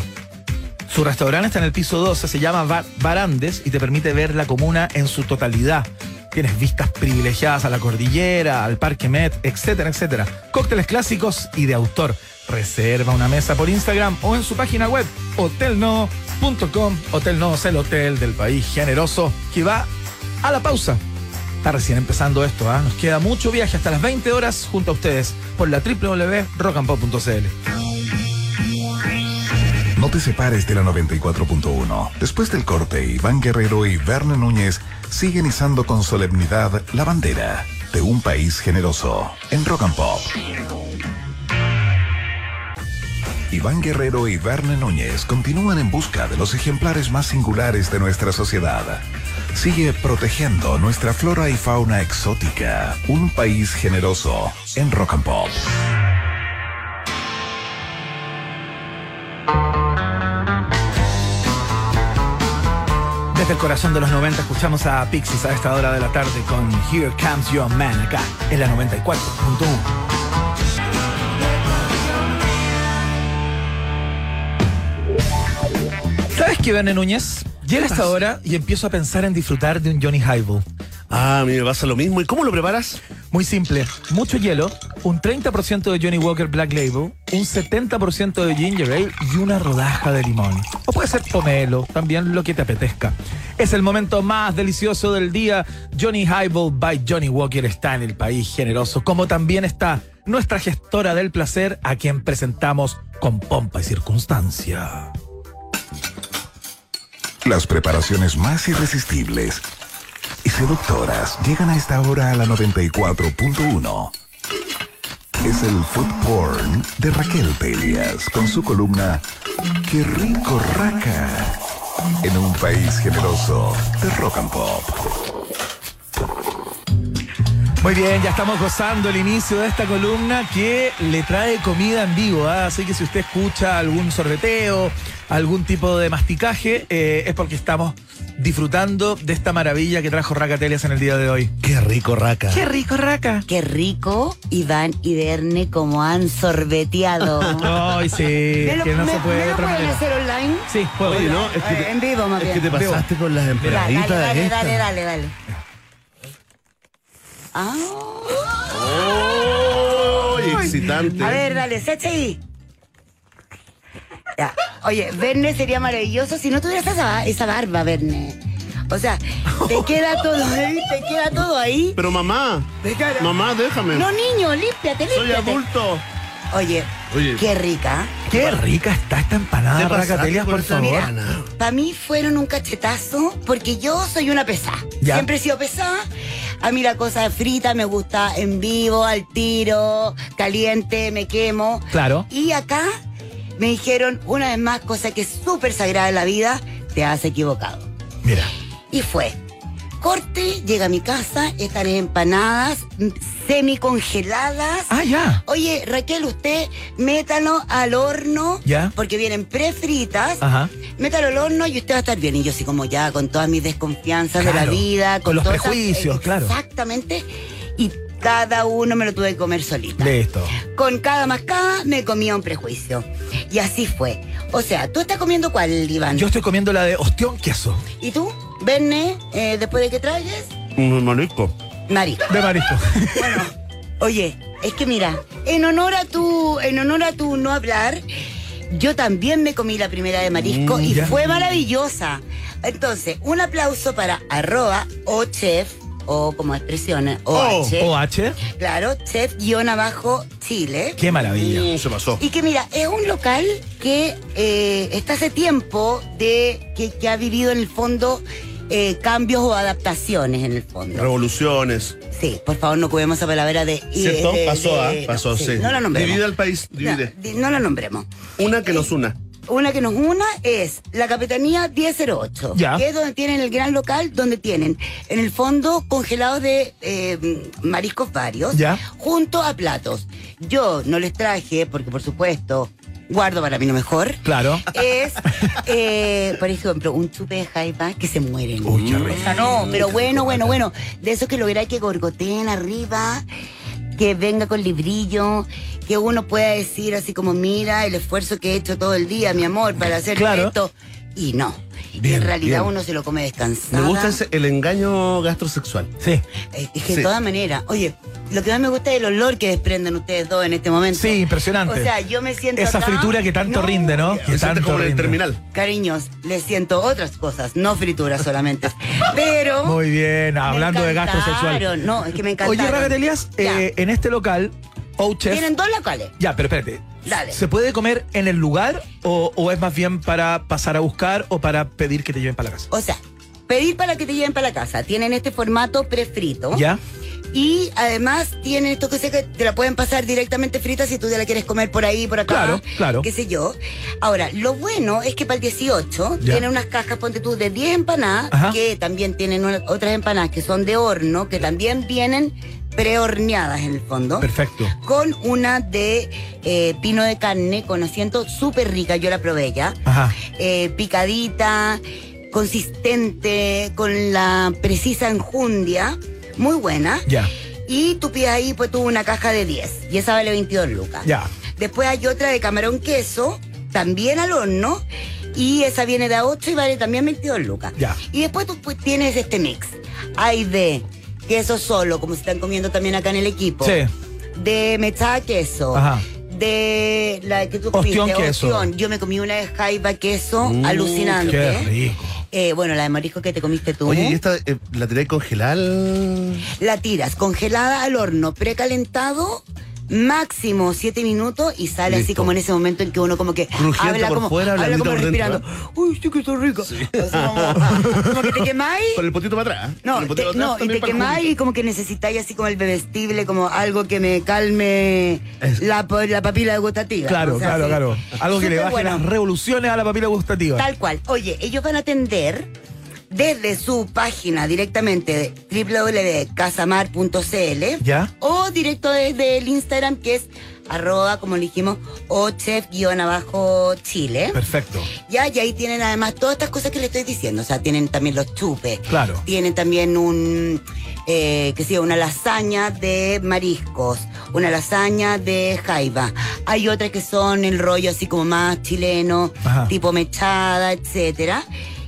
A: Su restaurante está en el piso 12, se llama Ba- Barandes y te permite ver la comuna en su totalidad. Tienes vistas privilegiadas a la cordillera, al Parque Met, etcétera, etcétera. Cócteles clásicos y de autor. Reserva una mesa por Instagram o en su página web hotelnodo.com. Hotel Nodo es el hotel del país generoso que va a la pausa. Está recién empezando esto, ¿ah? nos queda mucho viaje hasta las 20 horas junto a ustedes por la www.rockandpop.cl.
G: No te separes de la 94.1. Después del corte, Iván Guerrero y Verne Núñez siguen izando con solemnidad la bandera de un país generoso en Rock and Pop. Iván Guerrero y Verne Núñez continúan en busca de los ejemplares más singulares de nuestra sociedad. Sigue protegiendo nuestra flora y fauna exótica, un país generoso en Rock and Pop.
A: Desde el corazón de los 90 escuchamos a Pixies a esta hora de la tarde con Here Comes Your Man acá en la 94.1. ¿Sabes qué, Verne Núñez? Llega esta hora y empiezo a pensar en disfrutar de un Johnny Highball.
B: Ah, a mí me pasa lo mismo. ¿Y cómo lo preparas?
A: Muy simple, mucho hielo, un 30% de Johnny Walker Black Label, un 70% de ginger ale y una rodaja de limón. O puede ser pomelo, también lo que te apetezca. Es el momento más delicioso del día. Johnny Highball by Johnny Walker está en el país generoso, como también está nuestra gestora del placer, a quien presentamos con pompa y circunstancia.
G: Las preparaciones más irresistibles y seductoras llegan a esta hora a la 94.1. Es el food porn de Raquel Pelias con su columna Qué rico raca en un país generoso de rock and pop.
A: Muy bien, ya estamos gozando el inicio de esta columna que le trae comida en vivo. ¿ah? Así que si usted escucha algún sorbeteo, algún tipo de masticaje, eh, es porque estamos disfrutando de esta maravilla que trajo Racatelias en el día de hoy.
B: Qué rico, Raca.
A: rico, Raca!
H: Qué rico, Iván y Verne, como han sorbeteado.
A: ¡Ay, sí! que no
H: me-
A: se puede
H: me
A: de
H: lo
A: otra
H: pueden
A: manera.
H: hacer online?
A: Sí, puedo.
B: Oye, no, es que
H: Eh, en
B: te,
H: vivo, más
B: es
H: bien.
B: que te pasaste con las
H: Ya, dale,
B: emperaditas
H: dale,
B: estas.
H: dale, dale, dale. Ah,
B: ¡Ay, excitante!
H: a ver, dale, Sechi. Ya. Oye, Verne sería maravilloso si no tuvieras esa, esa barba, Verne. O sea, te queda todo ahí, te queda todo ahí.
B: Pero mamá,
H: Déjala.
B: mamá, déjame.
H: No, niño, límpiate,
B: Soy
H: límpiate.
B: adulto.
H: Oye,
B: Oye.
H: qué Ah, rica.
A: ¡Qué rica está esta empanada, Racatelias, por favor!
B: Ana.
H: Para mí fueron un cachetazo porque yo soy una pesada.
A: Ya.
H: Siempre he sido pesada. A mí la cosa frita me gusta en vivo, al tiro, caliente, me quemo.
A: Claro.
H: Y acá me dijeron una vez más, cosa que es súper sagrada en la vida, te has equivocado.
A: Mira.
H: Y fue. Corte, llega a mi casa, están empanadas, mm, semicongeladas.
A: Ah, ya.
H: Oye, Raquel, usted métalo al horno,
A: Ya. Ah.
H: porque vienen prefritas.
A: Ajá.
H: Métalo al horno y usted va a estar bien. Y yo así como ya, con todas mis desconfianzas de la
A: Claro,
H: vida.
A: con los
H: todas esas-
A: prejuicios,
H: eh,
A: claro.
H: Exactamente. Y cada uno me lo tuve que comer solita.
A: Listo.
H: Con cada mascada me comía un prejuicio. Y así fue. O sea, ¿tú estás comiendo cuál, Iván?
A: Yo estoy comiendo la de ostión queso.
H: ¿Y tú, Verne, eh, después de que traes?
B: Un marisco.
H: Marica.
A: De marisco.
H: Bueno, oye, es que mira, en honor a tu, en honor a tu no hablar, yo también me comí la primera de marisco
A: Mm,
H: y
A: ya.
H: fue maravillosa. Entonces, un aplauso para arroba o chef, o como expresiones, o H,
A: OH.
H: claro, chef guión abajo Chile.
A: Qué maravilla.
B: Se pasó.
H: Y que mira, es un local que eh, está hace tiempo de que, que ha vivido en el fondo eh, cambios o adaptaciones en el fondo.
B: Revoluciones.
H: Sí, por favor, no cubemos esa palabra de.
B: ¿Cierto?
H: de-
B: pasó,
H: de-
B: ¿ah?
H: no,
B: Pasó, sí.
H: No la nombremos.
B: Divide al país,
H: No,
B: divide.
H: di- no la nombremos. Eh,
B: Una que nos una.
H: Una que nos una es la Capitanía 1008,
A: Ya.
H: que es donde tienen el gran local, donde tienen en el fondo congelados de eh, mariscos varios,
A: Ya.
H: junto a platos. Yo no les traje, porque por supuesto guardo para mí lo mejor.
A: Claro.
H: Es, eh, por ejemplo, un chupe de jaiba que se mueren.
A: Uy, qué
H: O
A: rico.
H: sea, no, pero bueno, bueno, bueno. De esos que lograr que gorgoteen arriba, que venga con librillo, que uno pueda decir así como, mira el esfuerzo que he hecho todo el día, mi amor, para hacer
A: Claro.
H: esto. Y no. Y
B: Bien,
H: en realidad
B: bien.
H: uno se lo come descansado.
B: Me gusta ese- el engaño gastrosexual.
A: Sí.
H: Es que
B: Sí.
H: de todas maneras, oye, lo que más me gusta es el olor que desprenden ustedes dos en este momento.
A: Sí, impresionante.
H: O sea, yo me siento
A: Esa
H: acá-
A: fritura que tanto
H: No,
A: rinde, ¿no? Que
B: Me siento
A: tanto
B: como en el
A: rinde.
B: terminal.
H: Cariños, les siento otras cosas, no frituras solamente. Pero.
A: Muy bien,
H: me
A: hablando de gasto
H: encantaron.
A: sexual.
H: No, es que me encantaron.
A: Oye, Raquel Elías,
H: Ya.
A: eh, en este local, OChef.
H: Tienen dos locales.
A: Ya, pero espérate.
H: Dale.
A: ¿Se puede comer en el lugar o, o es más bien para pasar a buscar o para pedir que te lleven para la casa?
H: O sea, pedir para que te lleven para la casa. Tienen este formato prefrito.
A: ¿Ya?
H: Y además tienen esto que sé que te la pueden pasar directamente frita si tú te la quieres comer por ahí, por acá.
A: Claro, claro.
H: Qué sé yo. Ahora, lo bueno es que para el 18
A: Ya.
H: tienen unas cajas, ponte tú, de 10 empanadas,
A: Ajá.
H: que también tienen una- otras empanadas que son de horno, que también vienen prehorneadas en el fondo.
A: Perfecto.
H: Con una de eh, pino de carne con asiento súper rica, yo la probé ya
A: Ajá.
H: eh, picadita, consistente, con la precisa enjundia, muy buena.
A: Ya.
H: Y tú pides ahí, pues tú una caja de 10, y esa vale 22 lucas.
A: Ya.
H: Después hay otra de camarón queso, también al horno, y esa viene de a 8 y vale también 22 lucas.
A: Ya.
H: Y después tú pues, tienes este mix. Hay de queso solo, como se están comiendo también acá en el equipo.
A: Sí.
H: De mechada queso.
A: Ajá.
H: De la que tú
A: Ostión queso. Mm,
H: ostión. Yo me comí una de jaiba queso Uh, alucinante.
A: Qué rico.
H: Eh, bueno, la de marisco que te comiste tú.
B: Oye, ¿y esta eh, la tiré congelar?
H: La tiras congelada al horno, precalentado, máximo 7 minutos y sale así
B: Listo.
H: como en ese momento en que uno como que
B: Crujiente
H: habla
B: por
H: como,
B: fuera,
H: habla
B: blandito
H: como
B: por dentro,
H: respirando. Uy, sí que está rico. Así como, como que te quemáis.
B: Con el potito para atrás. Con
H: No,
B: el
H: te-
B: potito para
H: no,
B: atrás también
H: y te
B: para el
H: quemáis y como que necesitáis así como el bebestible, como algo que me calme la, pa- la papila gustativa.
A: Claro,
H: O sea,
A: claro,
H: sí.
A: claro. Algo que le
H: Súper
A: baje
H: bueno.
A: las revoluciones a la papila gustativa.
H: Tal cual. Oye, ellos van a atender desde su página directamente www.casamar.cl
A: Ya.
H: o directo desde el Instagram que es arroba, como le dijimos, o chef-abajo chile.
A: Perfecto.
H: Ya, y ahí tienen además todas estas cosas que le estoy diciendo. O sea, tienen también los chupes.
A: Claro.
H: Tienen también un, eh, que sea, una lasaña de mariscos, una lasaña de jaiba. Hay otras que son el rollo así como más chileno,
A: Ajá.
H: tipo mechada, etcétera.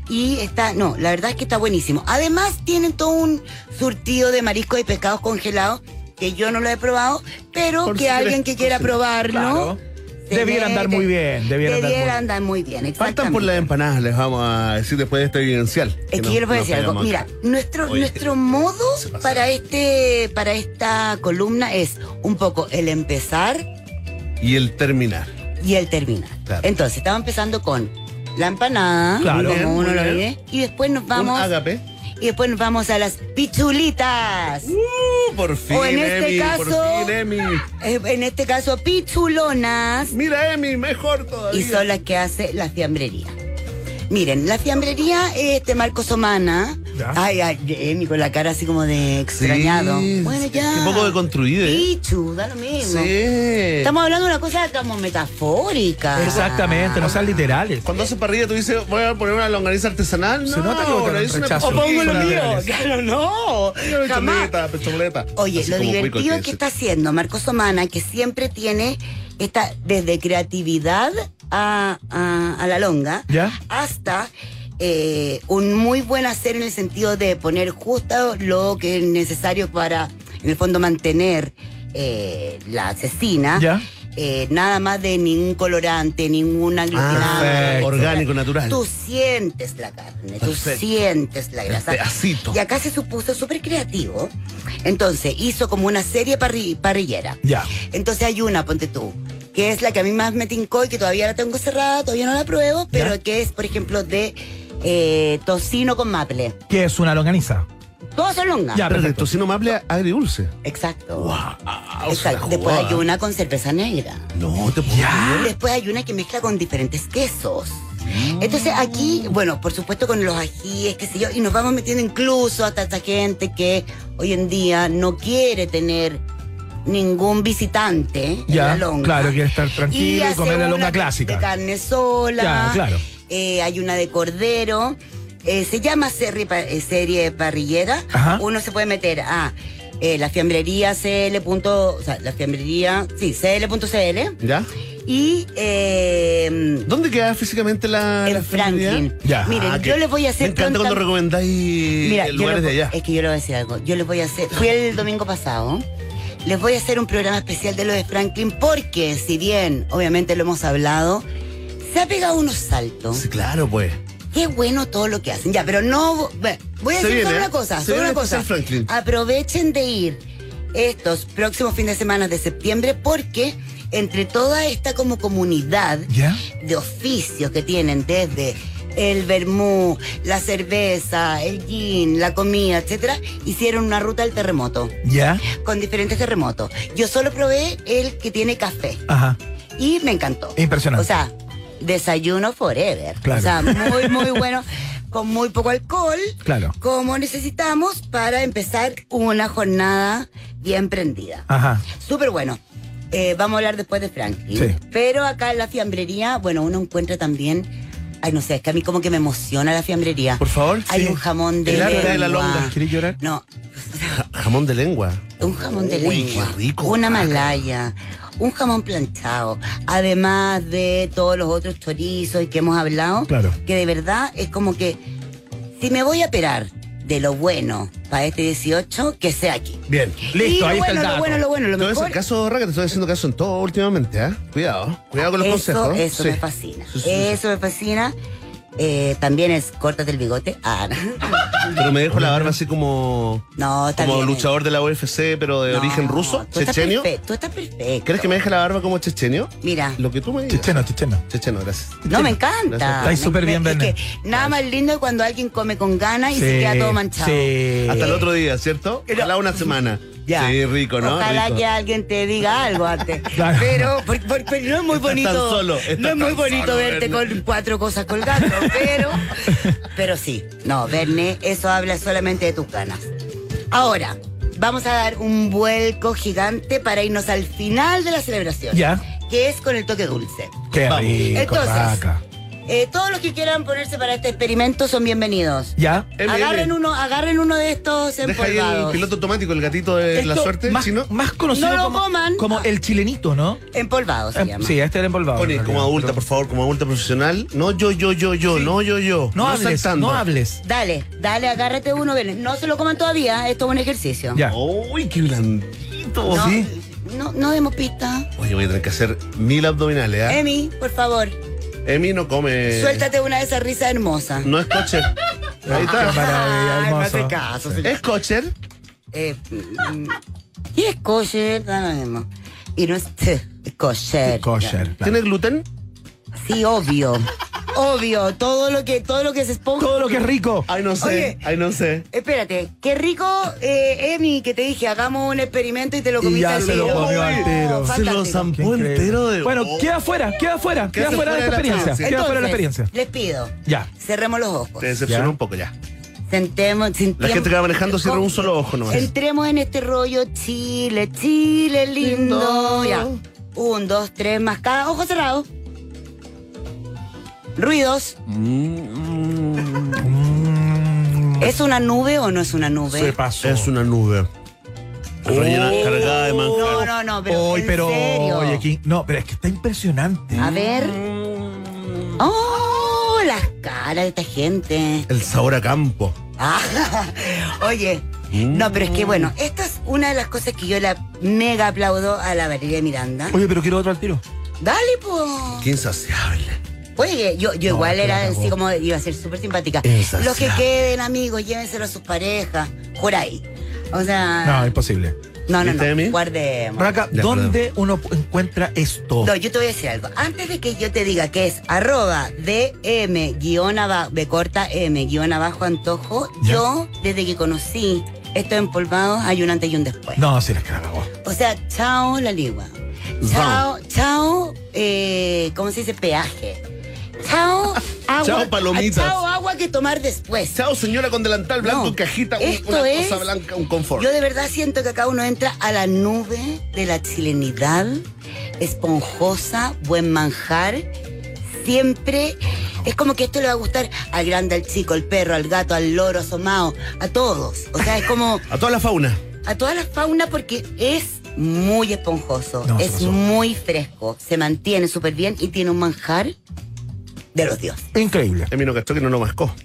H: Y está, no, la verdad es que está buenísimo. Además, tienen todo un surtido de mariscos y pescados congelados que yo no lo he probado, pero
B: Por
H: que
B: si quieres-
H: alguien que quiera
B: por si-
H: probarlo.
A: Claro.
H: se
A: Debiera andar muy bien, debiera andar muy bien.
H: andar muy bien, exactamente.
B: Faltan por las empanadas, les vamos a decir después de este evidencial.
H: Es que
B: no-
H: yo les voy a
B: nos
H: decir algo.
B: pegamos
H: Mira,
B: acá.
H: nuestro,
B: Oye,
H: nuestro modo
B: se pasa.
H: para este, para esta columna es un poco el empezar
B: Y el terminar.
H: y el terminar.
B: Claro.
H: Entonces, estamos empezando con la empanada,
A: Claro.
H: como
B: Muy
H: uno lo
B: bien.
H: ve, y después nos
B: Un
H: vamos
B: ágape.
H: Y después nos vamos a las pichulitas.
B: Uh, por fin,
H: O en este
B: Emi,
H: caso-
B: por fin, Emi.
H: Eh, En este caso, pichulonas.
B: Mira, Emi, mejor
H: y
B: todavía.
H: son las que hace la fiambrería. Miren, la fiambrería es este Marco Somana.
E: Ya.
H: Ay, ay, Emi, con la cara así como de extrañado.
B: Sí,
H: bueno,
B: sí,
H: ya.
B: Un poco de construido, ¿eh?
H: Pichu, da lo mismo.
B: Sí.
H: Estamos hablando de una cosa como metafórica. Ah.
E: Exactamente, no sean literales.
B: Cuando haces parrilla, tú dices, voy a poner una longaniza artesanal.
E: Se
B: no,
E: nota que votaron
B: le hice una-
E: rechazo.
B: O pongo lo
E: Con la
B: mío.
E: longaniza.
B: Claro, no.
H: Jamás.
B: Pistoleta, pistoleta.
H: Oye,
B: pues, Así
H: lo
B: como muy
H: divertido
B: cortés.
H: que está haciendo Marco Somana, que siempre tiene esta desde creatividad a, a- a la longa,
E: ¿Ya?
H: hasta eh, un muy buen hacer en el sentido de poner justo lo que es necesario para, en el fondo, mantener eh, la asesina.
E: ¿Ya?
H: Eh, nada más de ningún colorante, ningún aglutinante.
B: Ah, orgánico, natural.
H: Tú sientes la carne, tú
B: Perfecto.
H: sientes la grasa.
B: pedacito.
H: Y acá se supuso súper creativo. Entonces hizo como una serie parri- parrillera.
E: Ya.
H: Entonces hay una, ponte tú, que es la que a mí más me tincó y que todavía la tengo cerrada, todavía no la pruebo, pero que es, por ejemplo, de eh, tocino con maple.
E: ¿Qué es una longaniza?
H: Todo son longa.
E: Ya.
B: Pero de tocino maple agridulce.
H: Exacto.
B: Ah, o sea,
H: Exacto. Después
B: jugada.
H: hay una con cerveza negra.
B: No, te puedo creer.
H: Después hay una que mezcla con diferentes quesos. Entonces aquí, bueno, por supuesto con los ajíes, qué sé yo, y nos vamos metiendo incluso hasta esta gente que hoy en día no quiere tener ningún visitante
E: Ya,
H: en la longa.
E: claro, quiere estar tranquilo y
H: hace
E: comer la longa
H: una
E: clásica.
H: De carne sola.
E: Ya, claro.
H: Eh, hay una de cordero. Eh, se llama serie, pa- eh, serie parrillera.
E: Ajá.
H: Uno se puede meter a eh, la fiambrería CL. punto- o sea, la fiambrería, sí, CL.cl.
B: ¿Ya?
H: Y eh,
B: ¿Dónde queda físicamente la. la
H: en Franklin.
B: fidelidad?
E: Ya.
H: Miren,
B: Ah,
H: yo
B: que-
H: les voy a
B: Me
H: hacer.
B: encanta cuando
H: pronta-
B: recomendáis
H: Mira, yo
B: lugares
H: les
B: de
H: voy-
B: allá.
H: es que yo les voy a hacer algo. Yo les voy a hacer. Fui el domingo pasado. Les voy a hacer un programa especial de los de Franklin porque, si bien obviamente lo hemos hablado, se ha pegado unos saltos.
B: Sí, claro, pues.
H: Qué bueno todo lo que hacen. Ya, pero no. bueno, Voy a
B: Se
H: decir
B: viene,
H: solo
B: ¿eh?
H: una cosa.
B: Se
H: solo
B: viene
H: una cosa.
B: especial Franklin.
H: Aprovechen de ir estos próximos fines de semana de septiembre porque entre toda esta como comunidad
E: ¿Ya?
H: de oficios que tienen desde el vermú, la cerveza, el gin, la comida, etcétera, hicieron una ruta del terremoto
E: ¿Ya?
H: con diferentes terremotos. Yo solo probé el que tiene café
E: Ajá.
H: y me encantó.
E: Impresionante.
H: O sea, desayuno forever.
E: Claro.
H: O sea, muy, muy bueno, con muy poco alcohol.
E: Claro.
H: Como necesitamos para empezar una jornada bien prendida.
E: Ajá.
H: Súper bueno. Eh, vamos a hablar después de Franklin.
E: Sí.
H: Pero acá en la fiambrería, bueno, uno encuentra también. Ay, no sé, es que a mí como que me emociona la fiambrería.
B: Por favor.
H: Hay
B: sí.
H: un jamón de.
B: El arte de la
H: lengua.
B: longa.
E: ¿Quieres llorar?
H: No,
B: Jamón de lengua.
H: un jamón de
B: Uy,
H: lengua,
B: qué rico.
H: una malaya, un jamón planchado, además de todos los otros chorizos que hemos hablado,
E: Claro.
H: que de verdad es como que si me voy a operar de lo bueno para este 18, que sea aquí.
B: Bien.
H: y
E: Listo,
H: lo
E: ahí está el
H: bueno,
E: dato.
H: lo bueno, lo bueno, lo
B: Todo
H: mejor.
B: ese caso, Raca, te estoy haciendo caso en todo últimamente, ¿ah? Cuidado. Cuidado con los
H: eso
B: consejos.
H: eso
B: Sí.
H: me fascina.
B: Sí, sí, sí.
H: Eso me fascina. Eh, también es córtate el bigote. Ah,
B: Pero me dejo la barba así como.
H: no, está
B: como
H: bien.
B: luchador de la UFC, pero de
H: No,
B: origen ruso,
H: tú estás
B: chechenio.
H: perfecto, Tú estás perfecto.
B: ¿Crees que me deje la barba como chechenio?
H: Mira.
B: Lo que tú me digas.
E: Chicheno, chicheno.
B: Checheno, gracias.
H: No, me encanta.
E: Estáis
H: Me-
E: súper
H: me-
E: bien,
H: es
E: Bernet.
H: que Nada más lindo es cuando alguien come con ganas y se queda todo manchado.
E: Sí.
B: Hasta el otro día, ¿cierto? Ojalá una semana.
H: Eh. Ya.
B: Sí, rico, ¿no?
H: Ojalá
B: Rico.
H: que alguien te diga algo antes.
E: Claro.
H: Pero, por- por- pero no es muy bonito.
B: tan solo, estás
H: no es muy
B: tan
H: bonito
B: solo,
H: verte
B: Bernet.
H: con cuatro cosas colgando, pero, pero sí. No, Verne, eso habla solamente de tus ganas. Ahora, vamos a dar un vuelco gigante para irnos al final de la celebración.
E: Ya.
H: Que es con el toque dulce.
E: Qué
B: Vamos.
E: rico,
H: Entonces.
E: Raca.
H: Eh, todos los que quieran ponerse para este experimento son bienvenidos.
E: ¿Ya?
B: Emi,
H: Agarren
B: Emi,
H: uno, agarren uno de estos
B: Deja ahí el
H: empolvados.
B: piloto automático, el gatito de eh, la
E: Esto
B: suerte,
E: más,
B: chino.
E: más conocido
H: No lo
E: como,
H: coman.
E: como el chilenito, ¿no?
H: Empolvados
B: Em,
H: se
E: Eh,
H: llama.
E: Sí, este era empolvado. en
B: Connie,
E: realidad.
B: como adulta, por favor, como adulta profesional. No yo, yo, yo, yo, no yo, yo.
E: No, hables,
B: saltando.
E: no hables.
H: Dale, dale, agárrate uno, ven. No se lo coman todavía, esto es un ejercicio.
E: Ya.
B: Uy, qué blandito.
H: No,
B: Sí.
H: no, no demos pista.
B: Oye, voy a tener que hacer mil abdominales, ¿ah?
H: Emi, por favor, Em.
B: Emi no
E: Eh.
B: come.
H: suéltate una de esas risas hermosas.
B: No es coche. Ahí
E: Ah, Qué
B: está.
E: maravilla,
H: Ay, me
E: hermoso.
H: hace caso, señor.
B: ¿Es coche?
H: Eh, mm, ¿Y es kosher? Da lo mismo. Y no es t- kosher.
E: Kosher. claro.
B: ¿Tiene gluten?
H: Sí, obvio. Obvio, todo lo que, todo lo que se esponja.
E: Todo lo que es rico.
B: Ay, no sé,
H: Oye.
B: ay, no sé.
H: Espérate, qué rico, eh, Emi, que te dije, hagamos un experimento y te lo
E: Y
H: comiste
E: ya
H: al
E: se lo
H: tiro.
E: comió al tiro.
B: Se lo
H: Fantástico.
E: Qué
B: zampó
E: increíble.
B: entero de.
E: Bueno,
B: Oh.
E: queda fuera, queda fuera, queda
B: Quédate
E: fuera de la
B: fuera de la
E: experiencia.
B: chance.
E: Queda fuera de la
H: Entonces,
E: experiencia.
H: Les pido,
E: Ya.
H: cerremos los ojos.
B: Te decepcionó
E: Ya.
B: un poco ya.
H: Sentemos,
B: La gente que va manejando cierra
H: con-
B: un solo ojo nomás.
H: Entremos en este rollo Chile, Chile lindo.
B: Lindo.
H: Ya. Un, dos, tres, más cada ojo cerrado. Ruidos.
E: Mm.
H: ¿Es una nube o no es una nube?
E: Se pasó.
B: Es una nube. Rellena, cargada de
H: Oh. No,
B: manjar.
H: no, no, pero.
E: Hoy,
H: en
E: pero.
H: serio.
E: Oye, aquí- No, pero es que está impresionante.
H: A ver.
E: Mm.
H: ¡Oh! Las caras de esta gente.
B: El sabor a campo.
H: Ah, oye, no, pero es
E: Mm.
H: que bueno, esta es una de las cosas que yo la mega aplaudo a la Valeria Miranda.
E: Oye, pero quiero otro al tiro.
H: Dale, po.
B: Qué insaciable.
H: Oye, yo, yo
E: No,
H: igual
E: te la
H: era así
E: cagó.
H: como iba a ser súper simpática.
B: Insaciable.
H: Los que queden, amigos, llévenselo a sus parejas, por ahí. O
E: No,
H: sea,
E: imposible.
H: no, no,
B: ¿Viste,
H: no,
B: Emi?
H: guardemos.
E: Raca,
B: De acuerdo.
E: ¿dónde uno encuentra esto?
H: No, yo te voy a decir algo. Antes de que yo te diga que es arroba DM guión abajo, de corta M guión abajo antojo,
E: Ya.
H: yo desde que conocí estos empolvados hay un antes y un después.
E: No, si les cagó.
H: O sea, chao la ligua. Chao, chao, eh, ¿cómo se dice? Peaje. Chao, agua.
B: Chao, palomitas.
H: Chao, agua que tomar después.
B: Chao, señora con delantal blanco,
H: No,
B: cajita, un-
H: esto
B: una
H: es-
B: cosa blanca, un confort.
H: Yo de verdad siento que acá uno entra a la nube de la chilenidad, esponjosa, buen manjar, siempre. Es como que esto le va a gustar al grande, al chico, al perro, al gato, al loro asomado, a todos. O sea, es como
B: A toda la fauna.
H: a toda la fauna porque es muy esponjoso,
E: No, se
H: es
E: pasó.
H: muy fresco, se mantiene súper bien y tiene un manjar de los dioses.
E: Increíble.
B: Emi no cachó que no lo mascó.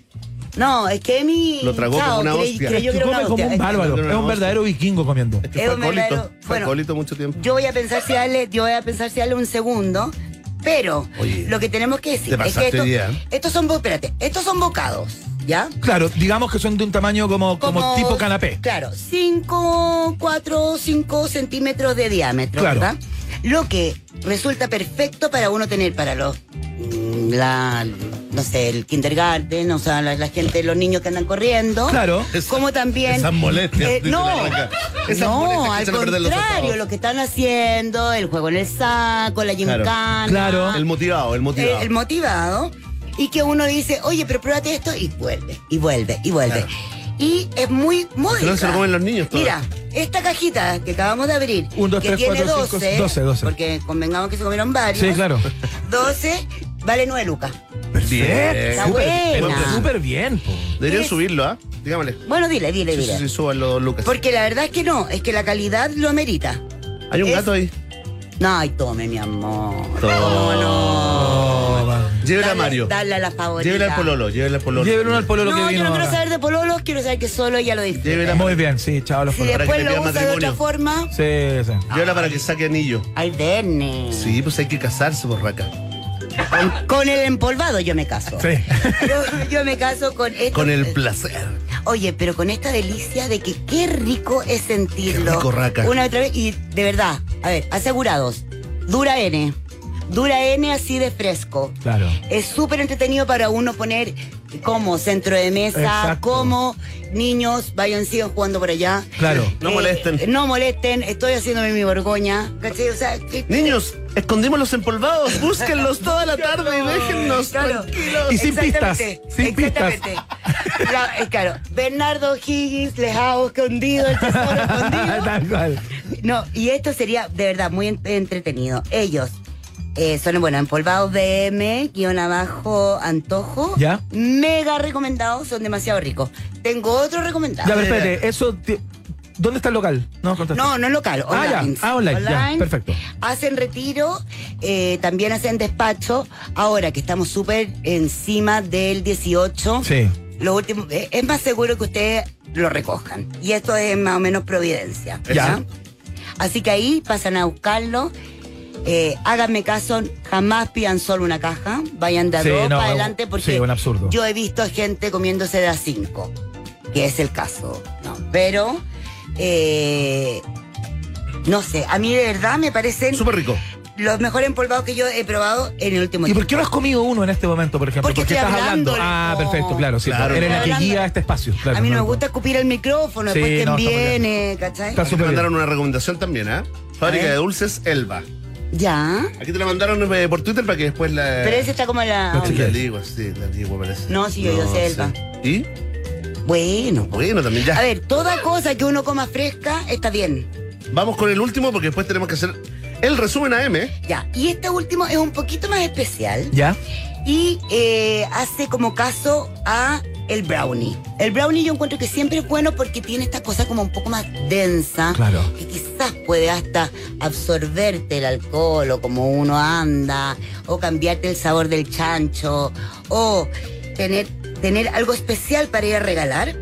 H: No, es que Emi.
B: Lo tragó
H: chao,
B: como una
H: creí-
B: hostia.
H: creyó que
E: Se
H: era una
E: come como
H: hostia.
E: un bárbaro.
B: Yo creo
E: Es un
B: que-
E: verdadero vikingo comiendo.
B: Es que
H: Es
B: fue
H: un
B: acólito.
H: verdadero-
B: Fue
H: bueno.
B: acólito mucho tiempo.
H: Yo voy a pensar si darle, yo voy a pensar si darle un segundo, pero
B: Oye,
H: lo que tenemos que decir
B: te
H: es que
B: pasaste
H: esto-
B: día, ¿eh?
H: estos son, bo- espérate, estos son bocados, ¿ya?
E: Claro, digamos que son de un tamaño como, como, tipo canapé.
H: Claro, 5, 4, 5 centímetros de diámetro,
E: Claro.
H: ¿verdad? Lo que resulta perfecto para uno tener para los, mm, la, no sé, el kindergarten, o sea, la, la gente, los niños que andan corriendo.
E: Claro.
H: Como también...
B: esas molestias,
H: Eh,
B: dice
H: no,
B: la Blanca. Esas molestias
H: no,
B: que
H: al
B: echan a perder los
H: contrario,
B: ojos.
H: lo que están haciendo, el juego en el saco, la gincana.
E: claro.
B: El motivado, el motivado.
H: Eh, el motivado y que uno dice, oye, pero pruébate esto y vuelve, y vuelve, y vuelve.
B: Claro.
H: Y es muy módica.
B: final se lo comen los niños todo
H: Mira, esta cajita que acabamos de abrir,
E: Un, dos,
H: que
E: tres,
H: tiene
E: cuatro,
H: 12,
E: cinco, doce, doce.
H: porque convengamos que se comieron varios.
E: Sí, claro.
H: 12, vale 9 lucas.
E: Perfecto.
H: Está buena.
E: Súper, súper bien. po.
B: Deberían
H: es-
B: súbirlo, ¿ah? Dígamele.
H: Bueno, dile, dile,
B: Sí,
H: dile.
B: sí, sí, súbanlo, Lucas.
H: Porque la verdad es que no, es que la calidad lo amerita.
B: Hay un
H: es-
B: gato ahí.
H: No, ay, tome, mi amor.
B: Toma.
H: ¿Cómo no?
B: Llévela a
H: Dale-
B: Mario.
H: Dale a la favorita.
B: Llévela al pololo, llévela al pololo.
E: Llévenlo al pololo
H: No,
E: que
H: yo
E: vino
H: no quiero
E: ahora.
H: saber de pololos, quiero saber que solo ella lo disfruta.
B: Llévela,
E: Muy bien, sí, chao los
H: Si
E: polos.
B: para que
H: después
B: le
H: lo
B: pida
H: usa de
B: matrimonio.
H: otra forma,
E: Sí, sí.
B: llévala para que saque anillo.
H: ay, Verne.
B: Sí, pues hay que casarse, borraca.
H: Con, con el empolvado yo me caso.
E: Sí.
H: Yo, yo me caso con esto.
B: Con el placer.
H: Oye, pero con esta delicia de que qué rico es sentirlo.
B: Qué rico, raca.
H: Una y otra vez. Y de verdad, a ver, asegurados. Dura N. Dura N así de fresco.
E: Claro.
H: Es súper entretenido para uno poner como centro de mesa,
E: Exacto.
H: como niños, vayan, sigan jugando por allá. Eh,
E: Claro.
B: No molesten.
H: No molesten, estoy haciéndome mi borgoña. ¿Cachai? O sea, que-
B: Niños, escondimos los empolvados, búsquenlos toda la tarde y déjennos
H: Claro.
B: tranquilos.
E: Y sin pistas.
H: Exactamente,
E: Sin pistas.
H: exactamente. La- eh, claro, Bernardo Higgins, lejado, escondido, el tesoro escondido.
E: Tal cual.
H: No, y esto sería de verdad muy en- entretenido. Ellos eh, son, bueno, empolvados BM, guión abajo, antojo.
E: Ya.
H: Mega recomendados, son demasiado ricos. Tengo otro recomendado.
E: Ya, pero espérate, eso. te- ¿Dónde está el local? No, contaste.
H: No, no local,
E: Ah, ya.
H: online.
E: Ah, online, ya, perfecto.
H: Hacen retiro, eh, también hacen despacho. Ahora que estamos súper encima del 18,
E: Sí.
H: lo último, eh, es más seguro que ustedes lo recojan. Y esto es más o menos providencia.
E: Ya.
H: Así que ahí pasan a buscarlo. Eh, háganme caso, jamás pidan solo una caja. Vayan de a
E: Sí,
H: dos
E: no,
H: para adelante porque
E: sí, un absurdo.
H: yo he visto gente comiéndose de a cinco, que es el caso. ¿no? Pero, eh, no sé, a mí de verdad me parecen
B: Súper rico.
H: los mejores empolvados que yo he probado en el último
A: ¿Y
H: tiempo.
A: por qué no has comido uno en este momento, por ejemplo?
H: Porque
A: ¿Por qué
H: estoy
A: estás hablando?
H: hablando,
A: Ah,
H: no.
A: perfecto, claro, sí.
B: Claro.
A: Eres la
H: Estoy
A: que
H: hablando.
A: guía este espacio. claro,
H: a mí no me
A: claro.
H: gusta escupir el micrófono,
A: Sí,
H: después quién
A: no, está muy bien.
H: viene, ¿cachai?
A: Está
B: Aquí
A: súper
B: te
A: bien.
B: mandaron una recomendación también, ¿ah? Fábrica
H: ver.
B: de dulces Elba.
H: Ya.
B: Aquí te la mandaron eh, por Twitter para que después la.
H: Pero ese está como la.
A: Está chiquito.
B: La antigua, sí, la antigua parece.
H: No, sí, yo- yo sé
B: sí.
H: Elba.
B: ¿Y?
H: Bueno.
B: Bueno, también ya.
H: A ver, toda cosa que uno coma fresca está bien.
B: Vamos con el último porque después tenemos que hacer el resumen AM.
H: Ya. Y este último es un poquito más especial
A: ¿Ya?
H: y eh, hace como caso a el brownie. El brownie yo encuentro que siempre es bueno porque tiene esta cosa como un poco más densa.
A: Claro.
H: Que quizás puede hasta absorberte el alcohol o como uno anda, o cambiarte el sabor del chancho, o tener, tener algo especial para ir a regalar.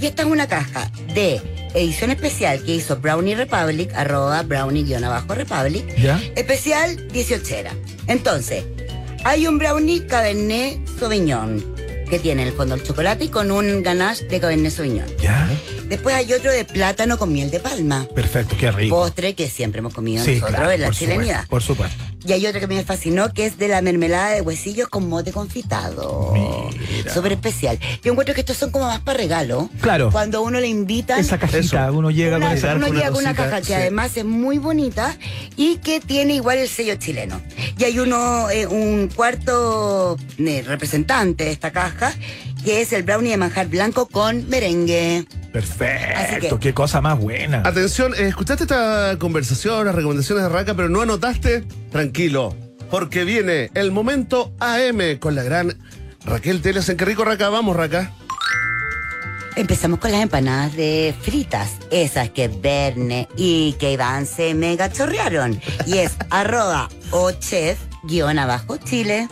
H: Y esta es una caja de edición especial que hizo Brownie Republic, arroba brownie-republic,
A: ¿Ya?
H: especial 18era. Entonces, hay un brownie Cabernet Sauvignon que tiene en el fondo el chocolate y con un ganache de Cabernet Sauvignon.
A: ¿Ya?
H: Después hay otro de plátano con miel de palma.
A: Perfecto, qué rico.
H: Postre que siempre hemos comido
A: Sí,
H: nosotros
A: claro,
H: en la
A: por
H: chilenidad.
A: supuesto, por supuesto.
H: Y hay otro que me fascinó que es de la mermelada de huesillos con mote confitado. Súper especial. Yo encuentro que estos son como más para regalo.
A: Claro.
H: Cuando a uno le invitan.
A: Esa cajita,
B: Eso.
A: uno llega
H: Una-
A: con esa
H: uno
A: con
H: llega con una
A: cosita,
H: caja que
A: sí.
H: además es muy bonita y que tiene igual el sello chileno. Y hay uno, eh, un cuarto eh, representante de esta caja, que es el brownie de manjar blanco con merengue. Así
A: Perfecto,
H: que-
A: qué cosa más buena.
B: Atención, eh, escuchaste esta conversación, las recomendaciones de Raka, pero no anotaste. Tranquilo, porque viene el momento AM con la gran Raquel Teles en Qué rico Raka. Vamos, Raka.
H: Empezamos con las empanadas de fritas, esas que Verne y que Iván se mega chorrearon. Y es arroba o chef guión abajo chile.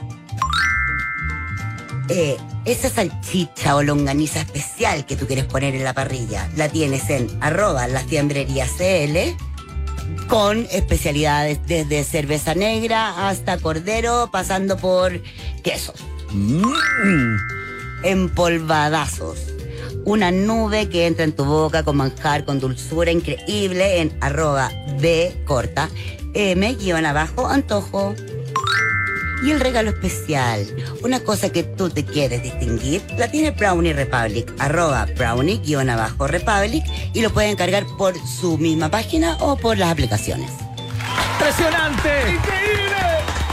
H: Eh, esa salchicha o longaniza especial que tú quieres poner en la parrilla, la tienes en arroba la fiambrería CL con especialidades desde cerveza negra hasta cordero, pasando por quesos empolvadazos. Una nube que entra en tu boca con manjar, con dulzura increíble en arroba B corta M guión abajo antojo. Y el regalo especial, una cosa que tú te quieres distinguir, la tiene Brownie Republic, arroba Brownie guión abajo Republic y lo pueden cargar por su misma página o por las aplicaciones.
A: ¡Impresionante! ¡Increíble!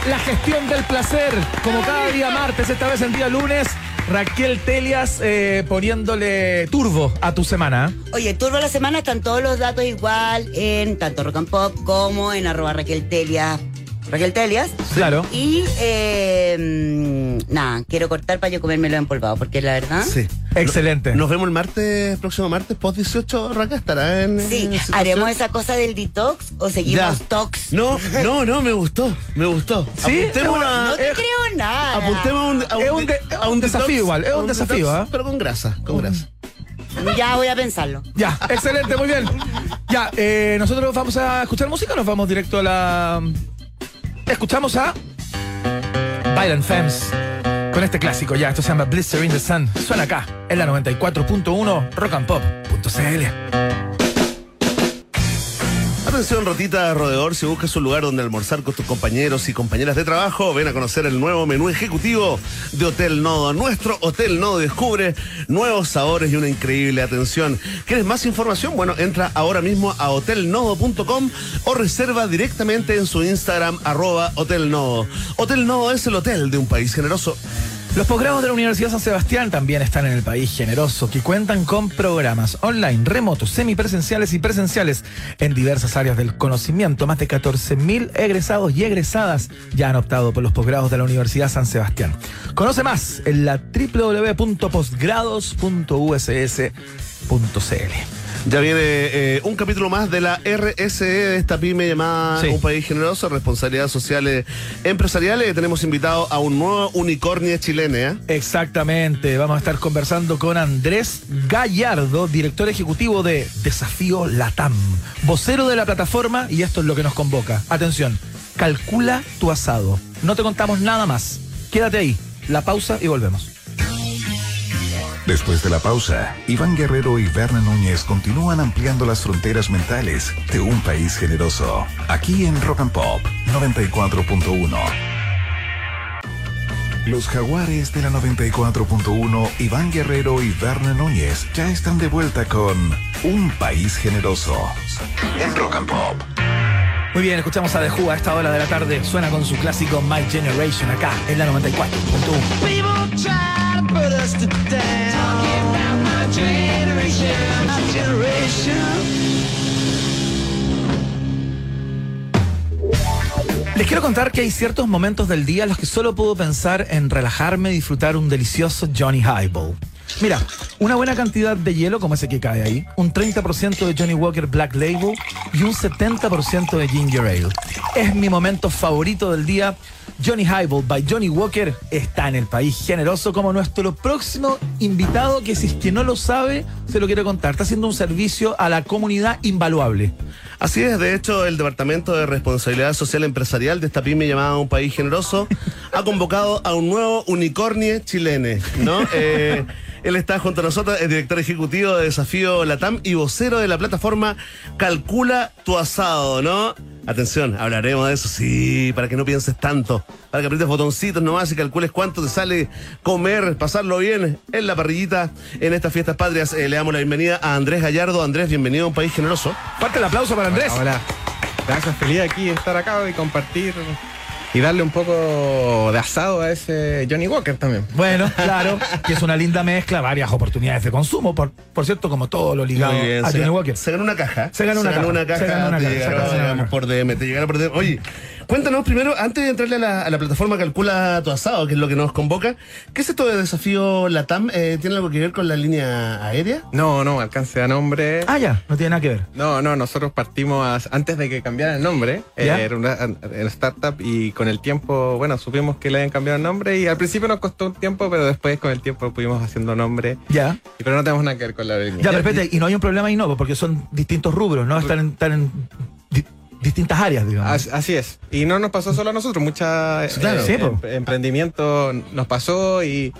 A: La gestión del placer, como cada día martes, esta vez en día lunes, Raquel Telias eh, poniéndole turbo a tu semana. ¿eh?
H: Oye, Turbo de la Semana están todos los datos igual en tanto Rock and Pop como en arroba Raquel Telias. Raquel Telias.
A: Claro.
H: Y eh, mm, nada, quiero cortar para yo comérmelo empolvado, porque la verdad.
B: Sí.
A: Excelente.
B: Nos vemos el martes, próximo martes, post 18. Raka estará en.
H: Sí,
B: en situación.
H: haremos esa cosa del detox o seguimos tox.
B: No, no, no, me gustó. Me gustó.
A: Sí,
B: Apuntemos a-
H: No te creo nada.
B: eh, Apuntemos a un, a
A: Es un de-
B: de-
A: un desafío
B: detox,
A: igual, es
B: a
A: un desafío,
B: detox,
A: ¿ah?
B: Pero con grasa, con grasa.
H: Ya voy a pensarlo.
A: Ya, excelente, muy bien. Ya, eh, nosotros vamos a escuchar música o nos vamos directo a la. Escuchamos a. Violent Femmes con este clásico ya. Esto se llama Blister in the Sun. Suena acá en la 94.1 rockandpop.cl.
B: Atención, ratita rodeador, si buscas un lugar donde almorzar con tus compañeros y compañeras de trabajo, ven a conocer el nuevo menú ejecutivo de Hotel Nodo. Nuestro Hotel Nodo descubre nuevos sabores y una increíble atención. ¿Quieres más información? Bueno, entra ahora mismo a hotelnodo.com o reserva directamente en su Instagram, arroba Hotel Nodo. Hotel Nodo es el hotel de un país generoso.
A: Los posgrados de la Universidad San Sebastián también están en el país generoso, que cuentan con programas online, remotos, semipresenciales y presenciales en diversas áreas del conocimiento. Más de 14.000 egresados y egresadas ya han optado por los posgrados de la Universidad San Sebastián. Conoce más en la www.posgrados.uss.cl.
B: Ya viene eh, un capítulo más de la RSE de esta pyme llamada
A: Sí.
B: Un País Generoso, Responsabilidades Sociales Empresariales. Tenemos invitado a un nuevo unicornio chileno. ¿eh?
A: Exactamente, vamos a estar conversando con Andrés Gallardo, director ejecutivo de Desafío Latam, vocero de la plataforma y esto es lo que nos convoca. Atención, calcula tu asado. No te contamos nada más. Quédate ahí, la pausa y volvemos.
G: Después de la pausa, Iván Guerrero y Berna Núñez continúan ampliando las fronteras mentales de un país generoso. Aquí en Rock and Pop 94.1. Los jaguares de la 94.1, Iván Guerrero y Berna Núñez ya están de vuelta con Un País Generoso en Rock and Pop.
A: Muy bien, escuchamos a The Who a esta hora de la tarde. Suena con su clásico My Generation acá en la 94.1.
I: People try to put us to down. Talking about my generation, my generation.
A: Les quiero contar que hay ciertos momentos del día en los que solo puedo pensar en relajarme y disfrutar un delicioso Johnny Highball. Mira, una buena cantidad de hielo como ese que cae ahí, un 30% de Johnny Walker Black Label y un 70% de Ginger Ale. Es mi momento favorito del día. Johnny Highball by Johnny Walker está en el país generoso como nuestro próximo invitado que si es que no lo sabe, se lo quiero contar. Está haciendo un servicio a la comunidad invaluable.
B: Así es, de hecho, el Departamento de Responsabilidad Social Empresarial de esta pyme llamada Un País Generoso ha convocado a un nuevo unicornio chilene, ¿no? Eh, él está junto a nosotros, el director ejecutivo de Desafío Latam y vocero de la plataforma Calcula tu asado, ¿no? Atención, hablaremos de eso, sí, para que no pienses tanto, para que aprietes botoncitos nomás y calcules cuánto te sale comer, pasarlo bien en la parrillita en estas fiestas patrias. Eh, le damos la bienvenida a Andrés Gallardo. Andrés, bienvenido a Un País Generoso.
A: Parte el aplauso para Andrés.
J: Hola. Gracias, feliz aquí de estar acá y compartir y darle un poco de asado a ese Johnny Walker también.
A: Bueno, claro, que es una linda mezcla, varias oportunidades de consumo, por, por cierto, como todo lo ligado
B: Muy bien,
A: a
B: se
A: Johnny
B: ganó-
A: Walker.
B: Se ganó una caja.
A: Se ganó una caja,
B: caja.
A: se ganó una
B: te
A: caja,
B: llegaron,
A: se ganó una
B: digamos,
A: caja.
B: por DM, te llegaron por DM. Oye, cuéntanos primero, antes de entrarle a la, a la plataforma Calcula tu asado, que es lo que nos convoca, ¿qué es esto de desafío LATAM? Eh, ¿Tiene algo que ver con la línea aérea?
J: No, no, alcance a nombre.
A: Ah, ya, no tiene nada que ver.
J: No, no, nosotros partimos a- antes de que cambiara el nombre. eh,
A: ¿Ya?
J: Era una, era startup y con el tiempo, bueno, supimos que le habían cambiado el nombre y al principio nos costó un tiempo, pero después con el tiempo pudimos haciendo nombre.
A: Ya,
J: y- Pero no tenemos nada que ver con la aerolínea.
A: ya, perfecto. Y no hay un problema ahí, no, porque son distintos rubros, ¿no? Están en, están en di- distintas áreas, digamos.
B: Ah,
J: As- Así es. Y no nos pasó solo a nosotros, mucha
A: Sí, claro.
J: eh,
A: Sí, po.
J: em- emprendimiento nos pasó y,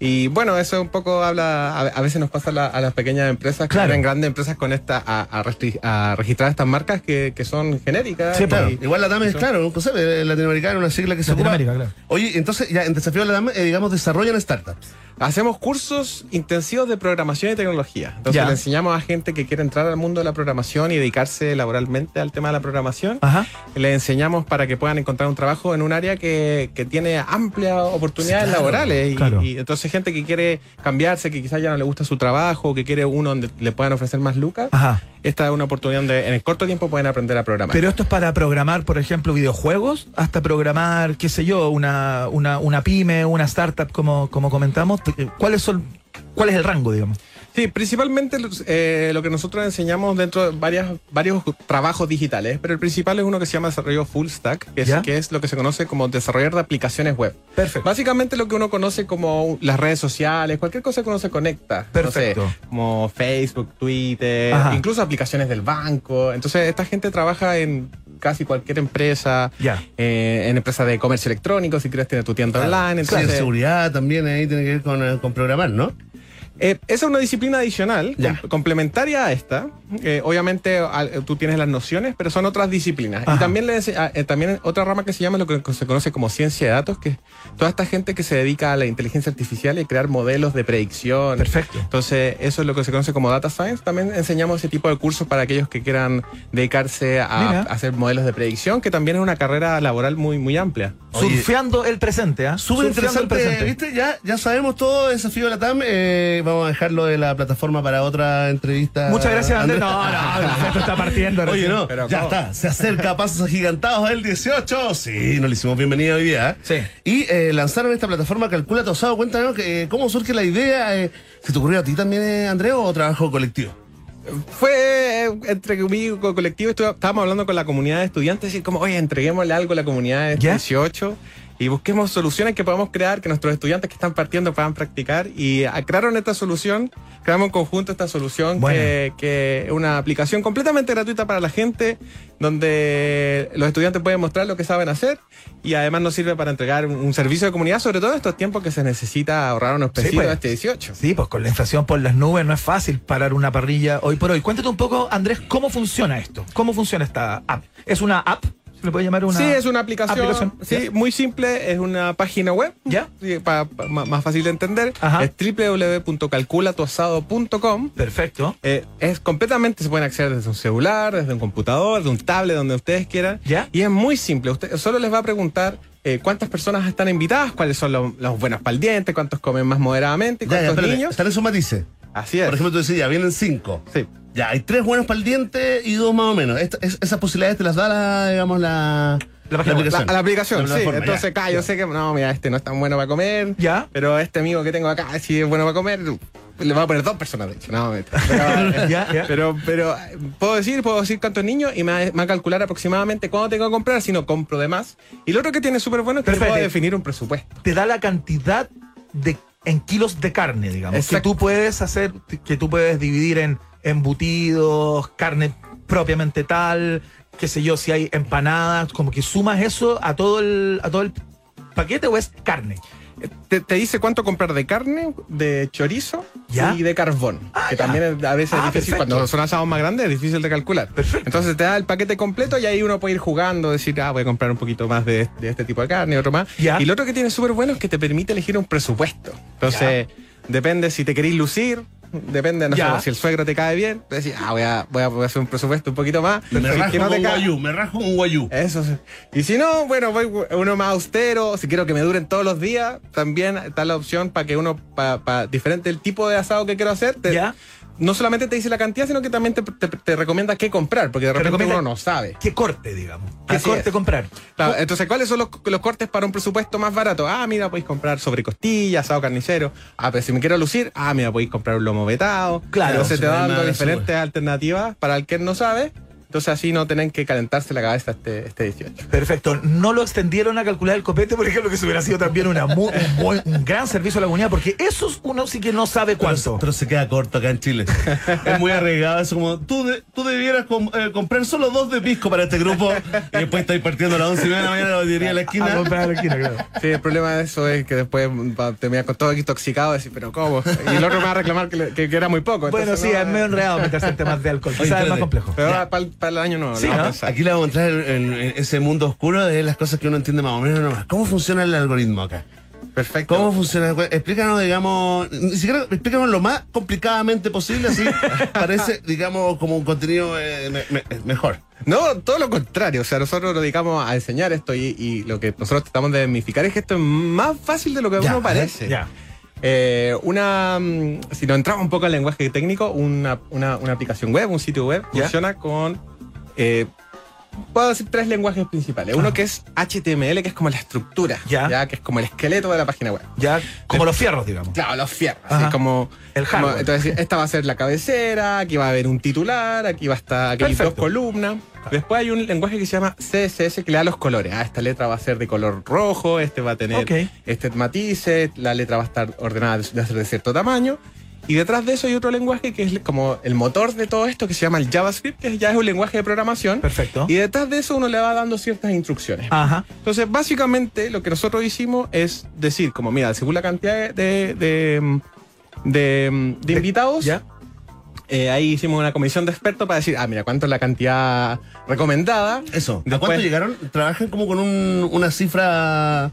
J: y bueno, eso un poco habla, a, a veces nos pasa a la- a las pequeñas empresas, que
A: Claro.
J: eran grandes empresas con esta, a, a restri- a registrar estas marcas que, que son genéricas.
A: Sí, po.
J: y-
B: Claro, igual LATAM es, claro, un concepto eh, latinoamericano, una sigla que se ocupa.
A: Latinoamérica, claro.
B: Oye, entonces, ya en desafío LATAM, eh, digamos, desarrollan startups.
J: Hacemos cursos intensivos de programación y tecnología. Entonces
A: Ya.
J: le enseñamos a gente que quiere entrar al mundo de la programación y dedicarse laboralmente al tema de la programación.
A: Ajá.
J: Le enseñamos para que puedan encontrar un trabajo en un área que, que tiene amplias oportunidades
A: Sí, claro,
J: laborales. Y,
A: claro.
J: y entonces gente que quiere cambiarse, que quizás ya no le gusta su trabajo, que quiere uno donde le puedan ofrecer más lucas,
A: Ajá.
J: esta es una oportunidad donde en el corto tiempo pueden aprender a programar.
A: Pero esto es para programar, por ejemplo, videojuegos, hasta programar, qué sé yo, una, una, una pyme, una startup, como, como comentamos. ¿Cuáles son, ¿Cuál es el rango, digamos?
J: Sí, principalmente los, eh, lo que nosotros enseñamos dentro de varias, varios trabajos digitales, pero el principal es uno que se llama desarrollo full stack, que es,
A: ¿Ya?
J: que es lo que se conoce como desarrollar de aplicaciones web.
A: Perfecto.
J: Básicamente lo que uno conoce como las redes sociales, cualquier cosa que uno se conecta. no sé,
A: Perfecto.
J: como Facebook, Twitter,
A: Ajá.
J: incluso aplicaciones del banco. Entonces, esta gente trabaja en casi cualquier empresa,
A: Ya.
J: eh, en empresas de comercio electrónico, si quieres tener tu tienda online. Entonces,
B: Ciberseguridad también ahí tiene que ver con, eh, con programar, ¿no?
J: eh, esa es una disciplina adicional,
B: Ya.
J: com- complementaria a esta. Eh, obviamente al- tú tienes las nociones, pero son otras disciplinas.
A: Ajá.
J: Y también, le ense- a- eh, también otra rama que se llama lo que se conoce como ciencia de datos, que es toda esta gente que se dedica a la inteligencia artificial y crear modelos de predicción.
A: Perfecto.
J: Entonces eso es lo que se conoce como data science. También enseñamos ese tipo de cursos para aquellos que quieran dedicarse a,
A: Mira.
J: a hacer modelos de predicción, que también es una carrera laboral muy, muy amplia.
B: Oye.
A: Surfeando el presente, ¿ah?
B: Súper
A: Surfeando el
B: interesante,
A: presente.
B: ¿viste? Ya, ya sabemos todo de Desafío Latam. Eh, vamos a dejarlo de la plataforma para otra entrevista.
A: Muchas gracias, Andrés.
B: Andrés.
A: No, no, esto está partiendo.
B: Oye,
A: recién.
B: no,
J: Pero
B: ya
J: ¿cómo?
B: está. Se acerca a pasos agigantados el 18. Sí, nos le hicimos bienvenida hoy día. ¿eh?
A: Sí.
B: Y eh, lanzaron esta plataforma Calcula Tosado. Cuéntanos que, eh, cómo surge la idea. Eh, ¿Se te ocurrió a ti también, eh, Andrés, o trabajo colectivo?
J: fue eh, entre conmigo co- colectivo estu- estábamos hablando con la comunidad de estudiantes y como oye entreguémosle algo a la comunidad de
A: ¿Ya?
J: 18 y busquemos soluciones que podamos crear, que nuestros estudiantes que están partiendo puedan practicar. Y ah, crearon esta solución, creamos en conjunto esta solución,
A: Bueno.
J: que- que es una aplicación completamente gratuita para la gente, donde los estudiantes pueden mostrar lo que saben hacer y además nos sirve para entregar un, un servicio de comunidad, sobre todo en estos tiempos que se necesita ahorrar unos
A: Sí,
J: pesitos
A: pues.
J: este 18.
A: Sí, pues con la inflación por las nubes no es fácil parar una parrilla hoy por hoy. Cuéntate un poco, Andrés, cómo funciona esto. ¿Cómo funciona esta app? ¿Es una app? ¿Se le puede llamar una
J: sí, es una aplicación,
A: aplicación,
J: sí,
A: ya.
J: muy simple, es una página web.
A: ¿Ya?
J: sí, pa- pa- ma- más fácil de entender.
A: Ajá.
J: Es www.calculatuasado.com.
A: Perfecto.
J: Eh, es completamente, se pueden acceder desde un celular, desde un computador, de un tablet, donde ustedes quieran.
A: ¿Ya?
J: Y es muy simple. Usted solo les va a preguntar eh, cuántas personas están invitadas, cuáles son los, los buenos para el diente, cuántos comen más moderadamente,
B: Ya, ya,
J: cuántos
B: espérate,
J: niños.
B: Están esos matices.
J: Así es.
B: Por ejemplo, tú decías, ya vienen cinco.
J: Sí.
B: Ya, hay tres buenos para el diente y dos más o menos. Esta- es- esas posibilidades te las da la, digamos, la,
A: La página web.
J: La- a la aplicación,
B: La
J: sí.
B: plataforma,
J: Entonces,
B: ya.
J: acá yo sé que, no, mira, este no es tan bueno para comer.
A: Ya.
J: Pero este amigo que tengo acá, si es bueno para comer, le va a poner dos personas, de hecho. No, mentira. pero,
A: Ya, ya.
J: pero, pero, eh, puedo decir, puedo decir cuántos niños y me va, me va a calcular aproximadamente cuándo tengo que comprar, si no compro de más. Y lo otro que tiene súper bueno es que le
A: Perfecto.
J: puedo definir un presupuesto.
A: Te da la cantidad de en kilos de carne, digamos.
J: Exacto.
A: Que tú puedes hacer, que tú puedes dividir en embutidos, carne propiamente tal, qué sé yo, si hay empanadas, como que sumas eso a todo el, a todo el paquete o es carne.
J: Eh, Te, te dice cuánto comprar de carne, de chorizo
A: Ya.
J: y de carbón. que
A: ya.
J: también es- a veces
A: Ah,
J: es difícil.
A: perfecto.
J: Cuando son asados más grandes es difícil de calcular.
A: Perfecto.
J: Entonces te da el paquete completo y ahí uno puede ir jugando, decir, ah, voy a comprar un poquito más de, de este tipo de carne, otro más.
A: Ya.
J: Y lo otro que tiene súper bueno es que te permite elegir un presupuesto. Entonces, depende si te querís lucir. Depende, no sé,
A: Ya.
J: si el suegro te cae bien, te decís, ah, voy a, voy a- voy a hacer un presupuesto un poquito más. Si
B: Me
J: es
B: rajo
J: que no te
B: un
J: cae-
B: guayú, me rajo un guayú.
J: eso sí. Y si no, bueno, voy uno más austero. Si quiero que me duren todos los días, también está la opción para que uno, para diferente el tipo de asado que quiero hacer, te-
A: ¿Ya?
J: no solamente te dice la cantidad, sino que también te, te, te recomienda qué comprar, porque de repente
A: recomienda-
J: uno no sabe.
A: ¿Qué corte, digamos? ¿Qué
J: Así
A: corte
J: es.
A: comprar?
J: Claro, entonces, ¿cuáles son los, los cortes para un presupuesto más barato? Ah, mira, podéis comprar sobre costilla, asado carnicero. Ah, pero si me quiero lucir, ah, mira, podéis comprar un lomo vetado.
A: Claro.
J: Entonces te
B: No hay
J: va dando
B: nada,
J: diferentes
B: sube.
J: alternativas para el que no sabe. Entonces así no tienen que calentarse la cabeza este, este 18.
A: Perfecto. No lo extendieron a calcular el copete, por ejemplo, que se hubiera sido también una mu- un, buen- un gran servicio a la comunidad, porque eso es uno sí que no sabe cuánto.
B: Pero, pero se queda corto acá en Chile. es muy arraigado. Es como, tú, de- tú debieras com- eh, comprar solo dos de pisco para este grupo. Y después estáis partiendo a las 11 y media de la mañana en la batería de la
A: A
B: esquina.
A: comprar a la esquina, claro.
J: Sí, el problema de eso es que después va a terminar con todo aquí intoxicado y decir, pero ¿cómo? Y el otro me va a reclamar que, le- que- que era muy poco.
A: Bueno,
J: Entonces,
A: sí,
J: no,
A: es medio enredado meterse en temas de alcohol.
B: Oye,
A: Quizás es más
B: espérate.
A: complejo.
J: Pero para el, para el año nuevo,
A: Sí,
J: lo vamos a
A: ¿no?
J: pensar.
B: Aquí le vamos a entrar en, en ese mundo oscuro de las cosas que uno entiende más o menos nomás. ¿Cómo funciona el algoritmo acá?
J: Perfecto.
B: ¿Cómo funciona? Pues, Explícanos, digamos, ni siquiera explícanos lo más complicadamente posible, así parece, digamos, como un contenido eh, me- me- mejor.
J: No, todo lo contrario. O sea, nosotros nos dedicamos a enseñar esto y, y lo que nosotros tratamos de desmificar es que esto es más fácil de lo que
A: Ya,
J: uno parece.
A: Ya.
J: Eh, una, mm, si nos entramos un poco al lenguaje técnico, una, una- una aplicación web, un sitio web,
A: ¿Ya?
J: funciona con, eh, puedo decir tres lenguajes principales. Uno que es HTML, que es como la estructura,
A: Ah. ¿Ya?
J: que es como el esqueleto de la página web.
A: Ya, como los fierros, digamos.
J: Claro, los fierros.
A: Ajá.
J: Así como,
A: El
J: como-
A: hardware.
J: entonces, esta va a ser la cabecera, aquí va a haber un titular, aquí va a estar aquí hay dos
A: Perfecto.
J: columnas. Después hay un lenguaje que se llama CSS que le da los colores. Ah, esta letra va a ser de color rojo, este va a tener
A: Ok.
J: este matices, la letra va a estar ordenada de de ser de cierto tamaño. Y detrás de eso hay otro lenguaje que es como el motor de todo esto que se llama el JavaScript, que ya es un lenguaje de programación.
A: Perfecto.
J: Y detrás de eso uno le va dando ciertas instrucciones.
A: Ajá.
J: Entonces, básicamente, lo que nosotros hicimos es decir, como mira, según la cantidad de, de, de- de invitados,
A: Ya.
J: eh, ahí hicimos una comisión de expertos para decir, ah, mira, cuánto es la cantidad recomendada.
B: Eso. ¿A
J: Después-
B: cuánto llegaron? ¿Trabajan como con un- una cifra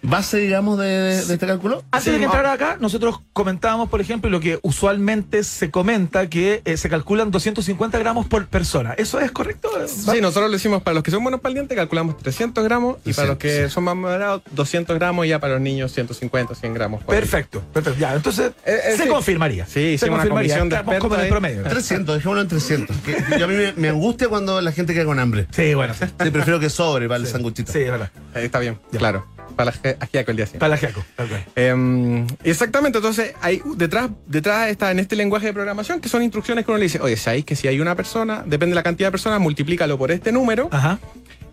B: base, digamos, de, de- de este cálculo?
A: Antes de que entrara acá, nosotros comentábamos, por ejemplo, lo que usualmente se comenta, que eh, se calculan 250 gramos por persona. ¿Eso es correcto?
J: Sí, nosotros lo hicimos para los que son buenos para el diente, calculamos 300 gramos y para los que son más moderados, 200 gramos y ya para los niños 150, 100 gramos. por ahí.
A: Perfecto, perfecto. Ya, entonces
J: Eh, eh,
A: se
J: sí.
A: confirmaría.
J: Sí,
A: se
J: hicimos una
A: confirmaría.
J: comisión de
A: Estamos como en el
J: expertos
A: promedio.
B: 300, dejémoslo en 300. que- que yo a mí me, me angustia cuando la gente queda con hambre.
A: Sí, bueno. Sí,
B: Sí, prefiero que sobre para el sanguchito.
A: sí, es verdad.
J: Ahí está bien, claro. Para la ajiaco el día siguiente.
A: Para la Jaco, tal cual.
J: Em, exactamente, entonces hay detrás, detrás está en este lenguaje de programación que son instrucciones que uno le dice, oye, sabéis que si hay una persona, depende de la cantidad de personas, multiplícalo por este número.
A: Ajá.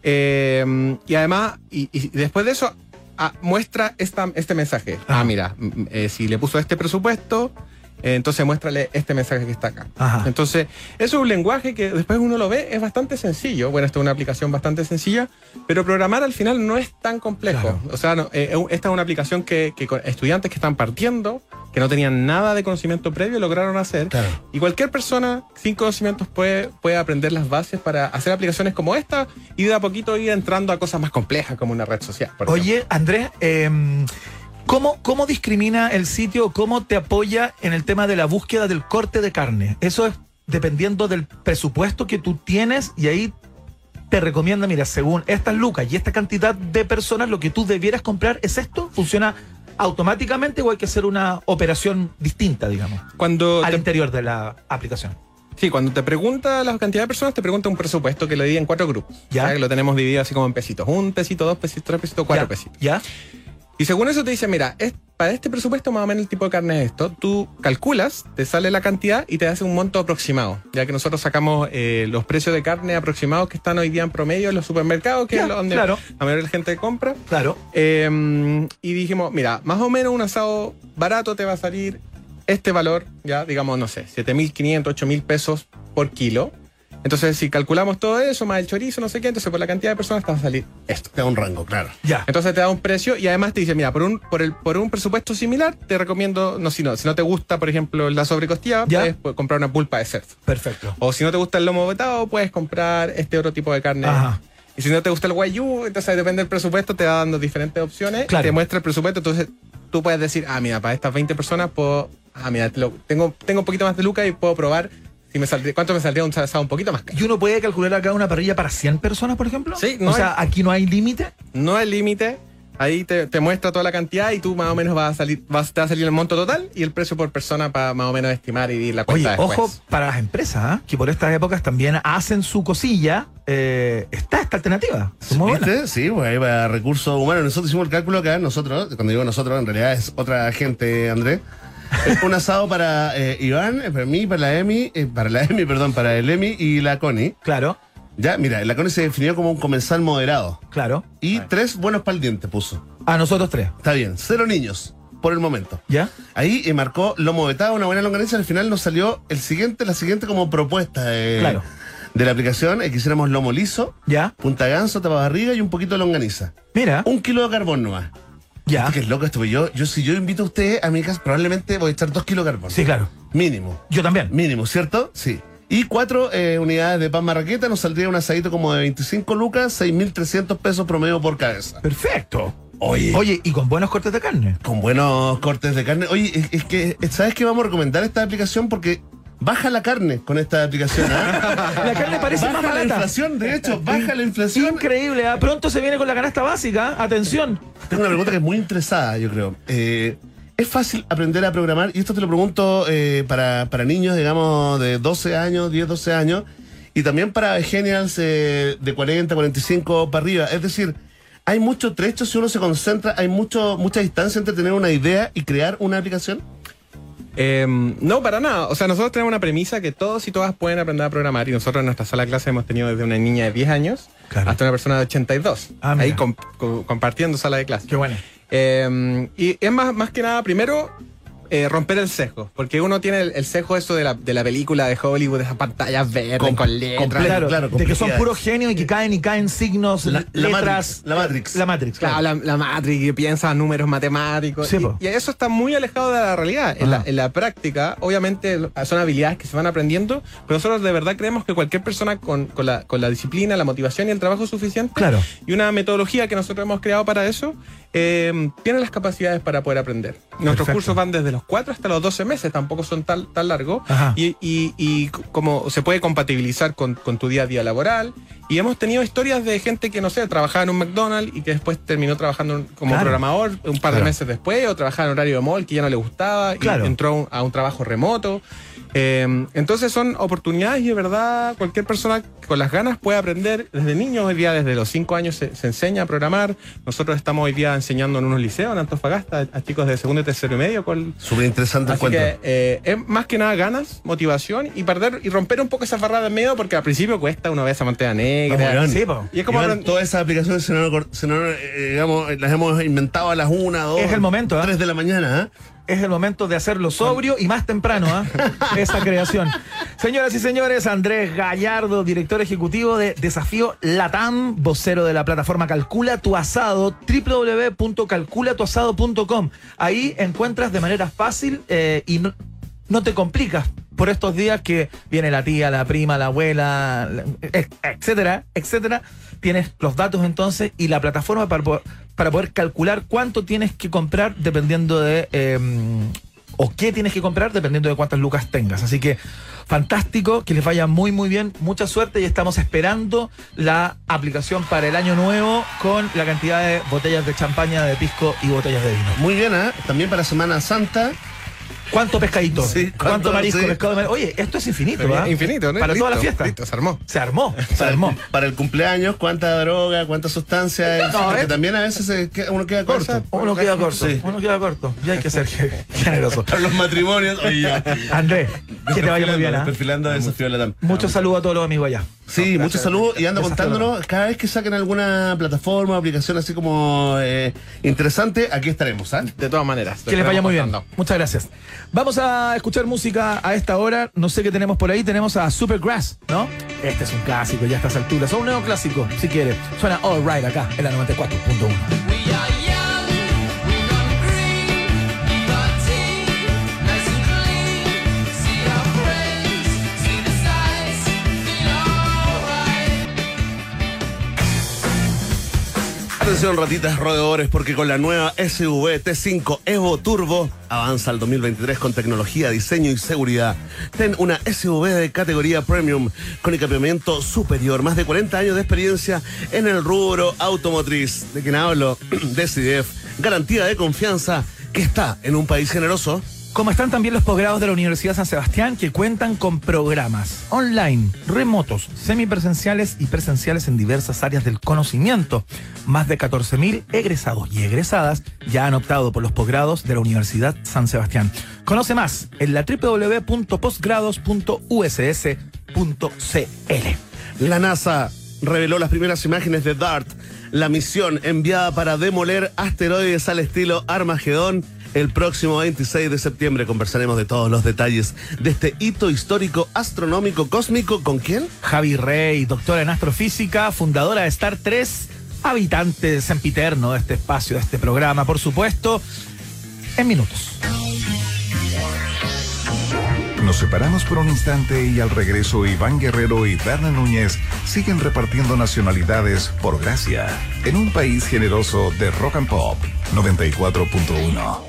J: Em, y además, y, y después de eso, ah, muestra esta, este mensaje. Ah, mira, mm, eh, si le puso este presupuesto, eh, entonces muéstrale este mensaje que está acá.
A: Ajá.
J: Entonces, es un lenguaje que después uno lo ve, es bastante sencillo. Bueno, esta es una aplicación bastante sencilla, pero programar al final no es tan complejo.
A: Claro.
J: O sea, no, eh, eh, esta es una aplicación que, que con estudiantes que están partiendo, que no tenían nada de conocimiento previo, lograron hacer.
A: Claro.
J: Y cualquier persona sin conocimientos puede, puede aprender las bases para hacer aplicaciones como esta y de a poquito ir entrando a cosas más complejas como una red social. por ejemplo.
A: Oye, Andrés, em, ¿cómo, ¿cómo discrimina el sitio, cómo te apoya en el tema de la búsqueda del corte de carne? Eso es dependiendo del presupuesto que tú tienes y ahí te recomienda, mira, según estas lucas y esta cantidad de personas, lo que tú debieras comprar es esto. ¿Funciona automáticamente o hay que hacer una operación distinta, digamos,
J: cuando
A: al
J: te-
A: interior de la aplicación?
J: Sí, cuando te pregunta la cantidad de personas, te pregunta un presupuesto que lo divide en cuatro grupos.
A: Ya.
J: O sea, que lo tenemos dividido así como en pesitos. Un pesito, dos pesitos, tres pesitos, cuatro
A: ¿Ya?
J: pesitos.
A: ¿Ya?
J: Y según eso te dice, mira, es- para este presupuesto más o menos el tipo de carne es esto. Tú calculas, te sale la cantidad y te hace un monto aproximado. Ya que nosotros sacamos eh, los precios de carne aproximados que están hoy día en promedio en los supermercados, que
A: Ya,
J: es lo- donde
A: claro.
J: la mayoría de la gente compra.
A: Claro.
J: Eh, y dijimos, mira, más o menos un asado barato te va a salir este valor, ya digamos, no sé, 7.500, 8.000 pesos por kilo. Entonces, si calculamos todo eso, más el chorizo, no sé qué, entonces por la cantidad de personas te va a salir esto.
B: Te da un rango, claro.
A: Ya.
J: Entonces te da un precio y además te dice, mira, por un, por el, por un presupuesto similar, te recomiendo, no, si no, si no te gusta, por ejemplo, la sobrecostilla,
A: Ya.
J: puedes pues, comprar una pulpa de cerdo.
A: Perfecto.
J: O si no te gusta el lomo vetado, puedes comprar este otro tipo de carne.
A: Ajá.
J: Y si no te gusta el guayú, entonces depende del presupuesto, te va dando diferentes opciones.
A: Claro.
J: Te muestra el presupuesto, entonces tú puedes decir, ah, mira, para estas 20 personas puedo, ah, mira, te lo- tengo, tengo un poquito más de lucas y puedo probar si me saldría, cuánto me saldría un asado un poquito más caro.
A: ¿Y uno puede calcular acá una parrilla para 100 personas, por ejemplo?
J: Sí, no
A: o sea, aquí no hay límite.
J: No hay límite, ahí te, te muestra toda la cantidad y tú más o menos vas a salir, vas, te va a salir el monto total y el precio por persona para más o menos estimar y ir la
A: Oye,
J: cuenta después.
A: ojo para las empresas, ¿ah? que por estas épocas también hacen su cosilla. eh, está esta alternativa. Es muy buena.
B: ¿Viste? Sí, pues ahí va recursos humanos. Nosotros hicimos el cálculo acá, nosotros, cuando digo nosotros, en realidad es otra gente, Andrés. Eh, Un asado para eh, Iván, eh, para mí, para la Emi, eh, para la Emi, perdón, para el Emi y la Connie.
A: Claro,
B: Ya, mira, la Connie se definió como un comensal moderado.
A: claro.
B: Y tres buenos para el diente puso.
A: A nosotros tres.
B: Está bien, cero niños, por el momento.
A: ¿Ya?
B: Ahí eh, marcó lomo vetado, una buena longaniza. Al final nos salió el siguiente, la siguiente como propuesta eh,
A: Claro.
B: de la aplicación. Eh, quisiéramos lomo liso,
A: ¿Ya?
B: punta ganso, tapa barriga y un poquito de longaniza.
A: Mira.
B: Un kilo de carbón nomás.
A: ya.
B: Es que es loco esto, porque yo, yo si yo invito a usted a mi casa, probablemente voy a echar dos kilos de carbón.
A: Sí, claro.
B: Mínimo.
A: Yo también.
B: Mínimo, ¿cierto? Sí. Y cuatro eh, unidades de pan marraqueta nos saldría un asadito como de 25 lucas, 6.300 pesos promedio por cabeza.
A: Perfecto.
B: Oye.
A: Oye, y con buenos cortes de carne.
B: Con buenos cortes de carne. Oye, es, es que, ¿sabes qué vamos a recomendar esta aplicación? Porque baja la carne con esta aplicación. ¿ah?
A: La carne parece
B: baja
A: más
B: la
A: barata.
B: inflación, de hecho, baja la inflación.
A: Increíble, ¿ah? pronto se viene con la canasta básica. Atención.
B: Tengo una pregunta que es muy interesada, yo creo. Eh, ¿Es fácil aprender a programar? Y esto te lo pregunto eh, para, para niños, digamos, de 12 años, 10, 12 años, y también para genials eh, de 40, 45 para arriba. Es decir, hay mucho trecho si uno se concentra, hay mucho mucha distancia entre tener una idea y crear una aplicación.
J: Eh, no, para nada. O sea, nosotros tenemos una premisa que todos y todas pueden aprender a programar y nosotros en nuestra sala de clase hemos tenido desde una niña de 10 años
A: Claro.
J: hasta una persona de 82.
A: Ah, mira.
J: ahí comp- co- compartiendo sala de clase.
A: Qué bueno.
J: Eh, y es más, más que nada, primero, eh, romper el sesgo. Porque uno tiene el, el sesgo eso de la, de la película de Hollywood, de esas pantallas verdes
B: Com-
J: con, letras.
B: completo.
A: Claro,
B: claro,
A: de que son
B: complejidades.
A: puros genios y que caen y caen signos, letras. eh,
B: Matrix, la Matrix.
A: La Matrix,
J: Claro, la, la Matrix que piensa números matemáticos.
A: Sí,
J: y-
A: po. Ah.
J: y, eso está muy alejado de la realidad. En la,
A: Ajá.
J: en la práctica, obviamente, lo- son habilidades que se van aprendiendo, pero nosotros de verdad creemos que cualquier persona con, con la, con la disciplina, la motivación y el trabajo suficiente
A: Claro.
J: y una metodología que nosotros hemos creado para eso, eh, tiene las capacidades para poder aprender. Nuestros
A: Perfecto.
J: cursos van desde los 4 hasta los 12 meses, tampoco son tan, tan largos.
A: Ajá.
J: Y, y- y c- como se puede compatibilizar con, con tu día a día laboral. Y hemos tenido historias de gente que, no sé, trabajaba en un McDonald's y que después terminó trabajando en- como
A: Claro.
J: programador un par
B: Claro.
J: de meses después, o trabajaba en horario de mall que ya no le gustaba, y
A: Claro.
J: entró a un, a un trabajo remoto. Eh, entonces son oportunidades y de verdad cualquier persona con las ganas puede aprender desde niños. Hoy día desde los 5 años se, se enseña a programar. Nosotros estamos hoy día enseñando en unos liceos en Antofagasta a chicos de segundo y tercero y medio con,
B: Súper interesante el
J: Así
B: cuento.
J: que eh, es más que nada ganas, motivación y perder y romper un poco esa barrera de miedo porque al principio cuesta una vez esa manteca negra.
B: Vamos, Iván.
J: Sí, po. y es como
B: Iván,
J: aprend-
B: todas esas aplicaciones se nos, acor- se nos, eh, digamos, eh, las hemos inventado a las 1, 2,
A: Es el
J: ¿eh?
A: momento, ¿ah?
B: 3 de la mañana. ¿ah?
A: Es el momento de hacerlo sobrio y más temprano, ¿ah? Esa creación. Señoras y señores, Andrés Gallardo, director ejecutivo de Desafío Latam, vocero de la plataforma Calcula tu Asado, www.calculatuasado.com. Ahí encuentras de manera fácil eh, y no, no te complicas por estos días que viene la tía, la prima, la abuela, la- et- etcétera, etcétera. Tienes los datos entonces y la plataforma para, po- para poder calcular cuánto tienes que comprar dependiendo de... em, o qué tienes que comprar dependiendo de cuántas lucas tengas. Así que fantástico, que les vaya muy muy bien, mucha suerte y estamos esperando la aplicación para el año nuevo con la cantidad de botellas de champaña, de pisco y botellas de vino.
B: Muy bien, ¿ah? también para Semana Santa.
A: ¿Cuánto pescadito?
B: Sí,
A: ¿cuánto,
B: ¿cuánto-
A: marisco?
B: sí.
A: Pescado de mar? Oye, esto es infinito, ¿verdad?
J: Infinito, ¿no?
A: Para toda la
J: Listo,
A: fiesta.
J: listo, se armó.
A: Se armó, se
B: Para,
A: armó.
B: para el cumpleaños, cuánta droga, cuánta sustancia.
A: No,
B: porque
A: eh.
B: también a veces se queda- uno queda corto.
A: Uno queda corto,
B: Sí.
A: uno queda corto. Ya hay que ser generoso.
B: Para los matrimonios. Oye, ya.
A: Andrés, que te vaya muy bien.
B: Perfilando,
A: ¿ah?
B: perfilando desafío Latam.
A: Muchos saludos a todos los amigos allá.
B: Sí, muchos saludos y anda
A: Desafío
B: contándonos cada vez que saquen alguna plataforma, aplicación así como eh, interesante, aquí estaremos, ¿ah?
J: De todas maneras.
A: Que les vaya muy bien.
J: Contando.
A: Muchas gracias. Vamos a escuchar música a esta hora. No sé qué tenemos por ahí. Tenemos a Supergrass, ¿no? Este es un clásico ya a estas alturas. O un neoclásico, si quiere. Suena All Right acá en la 94.1.
F: We are young, we run green, eat our tea, nice and clean, see our friends, see the sights, feel alright.
B: Atención ratitas rodeadores porque con la nueva SUV T5 Evo Turbo avanza al 2023 con tecnología, diseño y seguridad. Ten una SUV de categoría premium con equipamiento superior, más de 40 años de experiencia en el rubro automotriz. ¿De quien hablo? De CDF, garantía de confianza que está en un país generoso.
A: Como están también los posgrados de la Universidad San Sebastián que cuentan con programas online, remotos, semipresenciales y presenciales en diversas áreas del conocimiento. Más de 14.000 egresados y egresadas ya han optado por los posgrados de la Universidad San Sebastián. Conoce más en la www.posgrados.uss.cl.
B: La NASA reveló las primeras imágenes de DART, la misión enviada para demoler asteroides al estilo Armagedón. El próximo 26 de septiembre conversaremos de todos los detalles de este hito histórico astronómico cósmico. ¿Con quién?
A: Javi Rey, doctora en astrofísica, fundadora de Star 3, habitante sempiterno de este espacio, de este programa, por supuesto, en minutos.
G: Nos separamos por un instante y al regreso Iván Guerrero y Berna Núñez siguen repartiendo nacionalidades por gracia en un país generoso de rock and pop 94.1.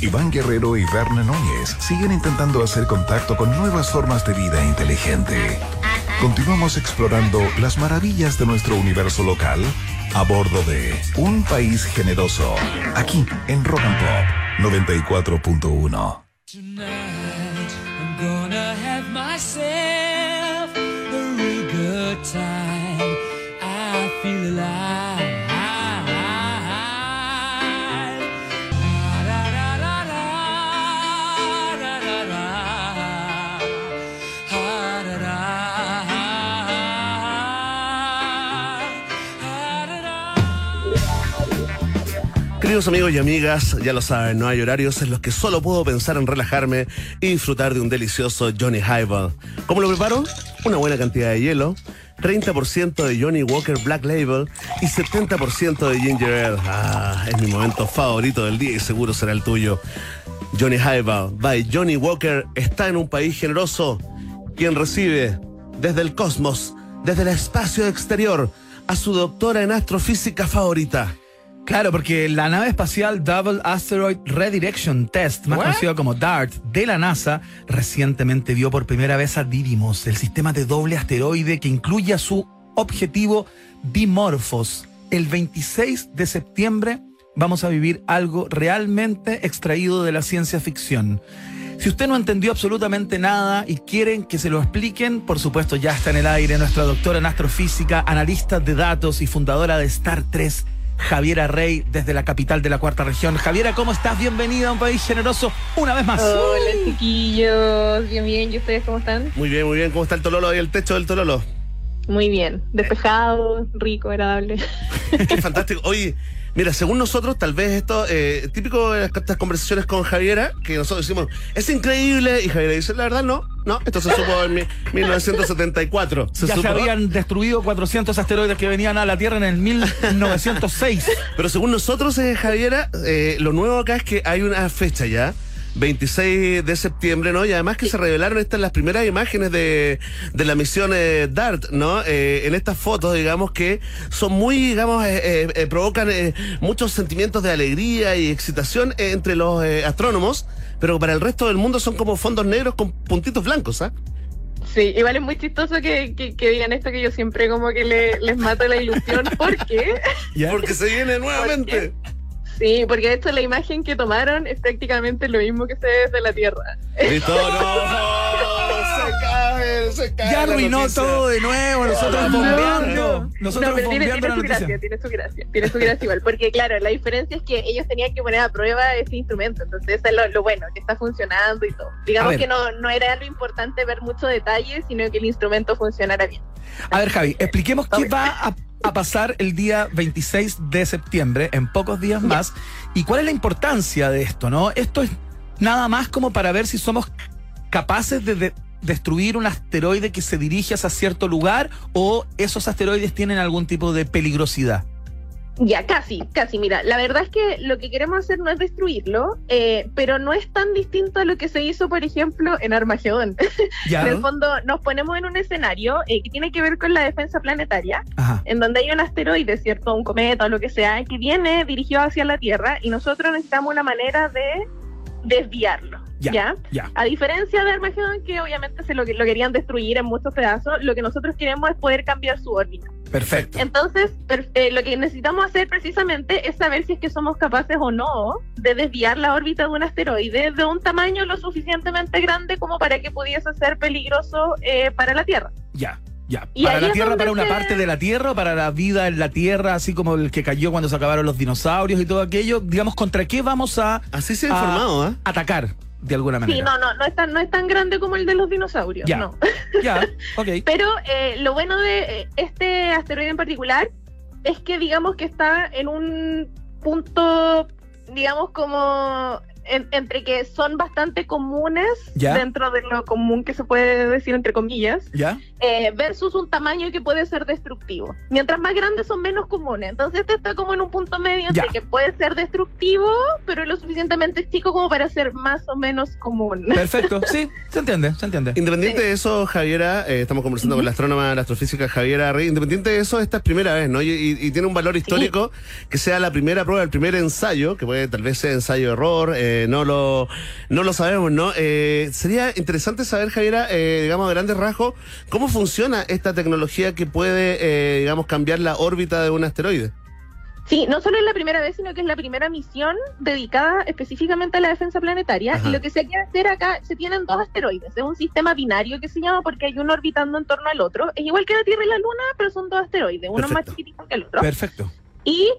G: Iván Guerrero y Berna Núñez siguen intentando hacer contacto con nuevas formas de vida inteligente. Continuamos explorando las maravillas de nuestro universo local a bordo de Un País Generoso, aquí en Rock and Pop 94.1.
F: Tonight, I'm gonna have myself a real good time. I feel alive. La, la, la, la, la, la, la, la. Ah, da, da, ah, da, da.
B: Queridos amigos y amigas, ya lo saben, no hay horarios en los que solo puedo pensar en relajarme y disfrutar de un delicioso Johnny Highball. ¿Cómo lo preparo? Una buena cantidad de hielo, 30% de Johnny Walker Black Label y 70% de Ginger Ale. Ah, es mi momento favorito del día y seguro será el tuyo. Johnny Highball by Johnny Walker está en un país generoso quien recibe desde el cosmos, desde el espacio exterior, a su doctora en astrofísica favorita.
K: Claro, porque la nave espacial Double Asteroid Redirection Test, más conocida como DART, de la NASA, recientemente vio por primera vez a Didymos, el sistema de doble asteroide que incluye a su objetivo Dimorphos, el 26 de septiembre
A: vamos a vivir algo realmente extraído de la ciencia ficción. Si usted no entendió absolutamente nada y quieren que se lo expliquen, por supuesto ya está en el aire nuestra doctora en astrofísica, analista de datos y fundadora de Star 3, Javiera Rey, desde la capital de la cuarta región. Javiera, ¿cómo estás? Bienvenida a un país generoso una vez más.
L: Hola chiquillos, bien bien, ¿y ustedes cómo están?
B: Muy bien, muy bien. ¿Cómo está el Tololo ahí, el techo del Tololo?
L: Muy bien, despejado, rico, agradable.
B: Qué fantástico. Oye, mira, según nosotros, tal vez esto, eh, típico de las- estas conversaciones con Javiera, que nosotros decimos, es increíble, y Javiera dice, la verdad, no, no, esto se supo en mi- 1974. Se
A: ya se
B: supo.
A: habían destruido 400 asteroides que venían a la Tierra en el 1906.
B: Pero según nosotros, eh, Javiera, eh, lo nuevo acá es que hay una fecha ya. 26 de septiembre, ¿no? Y además que se revelaron estas las primeras imágenes de, de la misión eh, DART, ¿no? Eh, en estas fotos, digamos, que son muy, digamos, eh, eh, eh, provocan eh, muchos sentimientos de alegría y excitación eh, entre los eh, astrónomos, pero para el resto del mundo son como fondos negros con puntitos blancos, ¿ah?
L: Sí, igual es muy chistoso que, que- que digan esto que yo siempre como que le- les mato la ilusión porque
B: Porque se viene nuevamente.
L: sí, porque de hecho la imagen que tomaron es prácticamente lo mismo que se ve desde la Tierra.
B: Listo, no, se cae, se cae.
A: Ya
B: la
A: arruinó
B: noticia.
A: todo de nuevo, nosotros bombeando.
L: no.
A: Nosotros
L: No, pero tiene,
A: bombeando
L: tiene
A: la
L: su
A: noticia.
L: gracia, tiene su gracia, tiene su gracia igual, porque claro, la diferencia es que ellos tenían que poner a prueba ese instrumento, entonces eso es lo, lo bueno, que está funcionando y todo. Digamos
A: ver.
L: que no, no era lo importante ver mucho detalle, sino que el instrumento funcionara bien.
A: A ver, Javi, expliquemos qué
L: Obvio.
A: va a, a pasar el día 26 de septiembre, en pocos días más, y cuál es la importancia de esto, ¿no? Esto es nada más como para ver si somos capaces de, de- destruir un asteroide que se dirige hacia cierto lugar o esos asteroides tienen algún tipo de peligrosidad.
L: Ya, casi, casi. Mira, la verdad es que lo que queremos hacer no es destruirlo, eh, pero no es tan distinto a lo que se hizo, por ejemplo, en Armagedón.
A: ¿Ya?
L: En el fondo, nos ponemos en un escenario eh, que tiene que ver con la defensa planetaria,
A: Ajá.
L: en donde hay un asteroide, ¿cierto? Un cometa o lo que sea, que viene dirigido hacia la Tierra y nosotros necesitamos una manera de desviarlo.
A: Ya,
L: ¿ya?
A: ya.
L: A diferencia de Armagedón, que obviamente se lo, lo querían destruir en muchos pedazos, lo que nosotros queremos es poder cambiar su órbita.
A: Perfecto.
L: Entonces, per- eh, lo que necesitamos hacer precisamente es saber si es que somos capaces o no de desviar la órbita de un asteroide de un tamaño lo suficientemente grande como para que pudiese ser peligroso eh, para la Tierra.
A: Ya, ya.
L: Y
A: ¿Para
L: ahí
A: la
L: es
A: Tierra,
L: donde
A: para una
L: se-
A: parte de la Tierra, para la vida en la Tierra, así como el que cayó cuando se acabaron los dinosaurios y todo aquello? Digamos, ¿contra qué vamos a
B: Así se ha
A: Ah.
B: informado, ¿ah?
A: atacar de alguna manera?
L: Sí, no, no, no es tan, no es tan grande como el de los dinosaurios,
A: Ya.
L: no.
A: Ya, ok.
L: Pero eh, lo bueno de eh, este asteroide en particular es que digamos que está en un punto, digamos como en- entre que son bastante comunes
A: Ya.
L: dentro de lo común que se puede decir entre comillas,
A: ¿Ya?
L: eh, versus un tamaño que puede ser destructivo. Mientras más grandes son menos comunes. Entonces este está como en un punto medio entre
A: Ya.
L: que puede ser destructivo, pero lo suficientemente chico como para ser más o menos común.
A: Perfecto. Sí, se entiende, se entiende.
B: Independiente de eso, Javiera, eh, estamos conversando con la astrónoma de la astrofísica Javiera Rey. Independiente de eso, esta es primera vez, ¿no? Y, y- y tiene un valor histórico que sea la primera prueba, el primer ensayo, que puede tal vez sea ensayo-error, eh, no, lo, no lo sabemos, ¿no? Eh, sería interesante saber, Javiera, eh, digamos, a grandes rasgos, cómo funciona esta tecnología que puede, eh, digamos, cambiar la órbita de un asteroide.
L: Sí, no solo es la primera vez, sino que es la primera misión dedicada específicamente a la defensa planetaria.
B: Ajá.
L: Y lo que se quiere hacer acá, se tienen dos asteroides. Es un sistema binario que se llama porque hay uno orbitando en torno al otro. Es igual que la Tierra y la Luna, pero son dos asteroides. Uno es más
B: Perfecto.
L: chiquitito que el otro.
A: Perfecto.
L: Y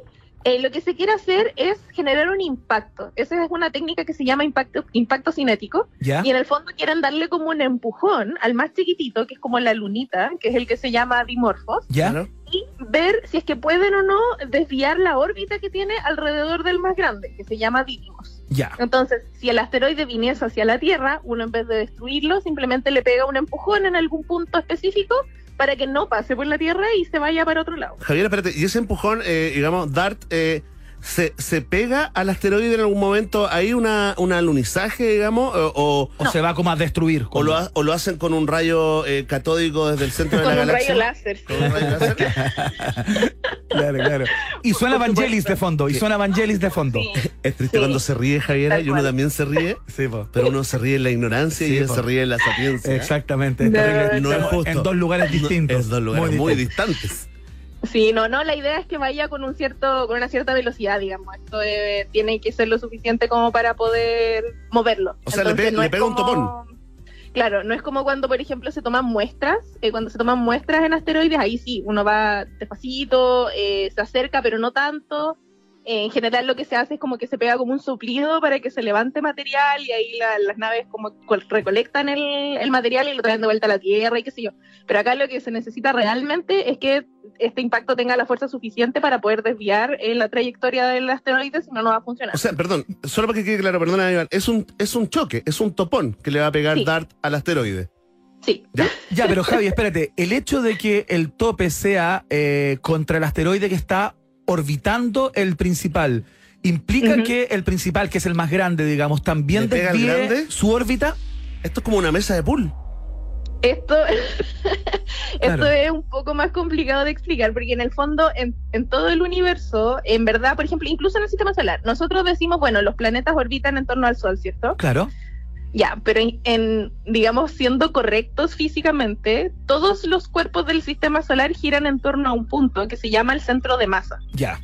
L: eh, lo que se quiere hacer es generar un impacto. Esa es una técnica que se llama impacto, impacto cinético.
B: Ah.
A: ¿Ya?
L: Y en el fondo quieren darle como un empujón al más chiquitito, que es como la lunita, que es el que se llama dimorfos
A: ¿Ya?
B: Claro.
L: y ver si es que pueden o no desviar la órbita que tiene alrededor del más grande, que se llama Didymos.
A: Ya.
L: Entonces, si el asteroide viniese hacia la Tierra, uno en vez de destruirlo, simplemente le pega un empujón en algún punto específico para que no pase por la Tierra y se vaya para otro lado.
B: Javiera, espérate, y ese empujón, eh, digamos, DART, eh, se, ¿se pega al asteroide en algún momento? ¿Hay una, un alunizaje, digamos? o- o
A: O se va como a destruir.
B: O lo, ha- o lo hacen con un rayo eh, catódico desde el centro de
L: Con
B: la
L: un
B: galaxia.
L: rayo láser. sí.
B: Con un rayo láser.
A: Claro, claro. Y suena
L: Por supuesto.
A: Vangelis de fondo, y suena Vangelis de fondo.
L: Sí.
B: Es triste
L: Sí.
B: cuando se ríe Javiera
L: Tal
B: y uno
L: cual.
B: también se ríe,
A: Sí, po.
B: pero uno se ríe en la ignorancia
A: Sí,
B: y ella
A: po.
B: se ríe en la sapiencia.
A: ¿eh? Exactamente. es
L: No,
A: terrible.
B: No es
A: Estamos
B: justo.
A: En dos lugares
B: No,
A: distintos.
B: es dos lugares muy,
A: distintos.
B: distantes.
L: Sí, no, no, la idea es que vaya con un cierto, con una cierta velocidad, digamos. Esto eh, tiene que ser lo suficiente como para poder moverlo.
B: O sea, le pe- le
L: es
B: pega un
L: Claro, no es como cuando, por ejemplo, se toman muestras. eh, cuando se toman muestras en asteroides, ahí sí, uno va despacito, eh, se acerca, pero no tanto. Eh, en general, lo que se hace es como que se pega como un soplido para que se levante material y ahí la- las naves como co- recolectan el, el material y lo traen de vuelta a la Tierra y qué sé yo. Pero acá lo que se necesita realmente es que este impacto tenga la fuerza suficiente para poder desviar eh, la trayectoria del asteroide, si no, no va a funcionar.
B: O sea, perdón, solo para que quede claro, perdona, Iván, es un, es un choque, es un topón que le va a pegar
L: Sí.
B: Dart al asteroide.
L: sí.
E: Ya, pero Javi, espérate. El hecho de que el tope sea eh, contra el asteroide que está orbitando el principal, ¿implica
L: Ujú.
E: que el principal, que es el más grande, digamos,
B: ¿Le
E: también
B: pega al
E: desvíe
B: grande?
E: su órbita?
B: Esto es como una mesa de pool.
L: Esto,
E: Claro.
L: esto es un poco más complicado de explicar porque en el fondo, en, en todo el universo, en verdad, por ejemplo, incluso en el sistema solar, nosotros decimos, bueno, los planetas orbitan en torno al Sol, ¿cierto?
E: Claro.
L: Ya, pero en, en, digamos, siendo correctos físicamente, todos los cuerpos del sistema solar giran en torno a un punto que se llama el centro de masa.
E: Ya.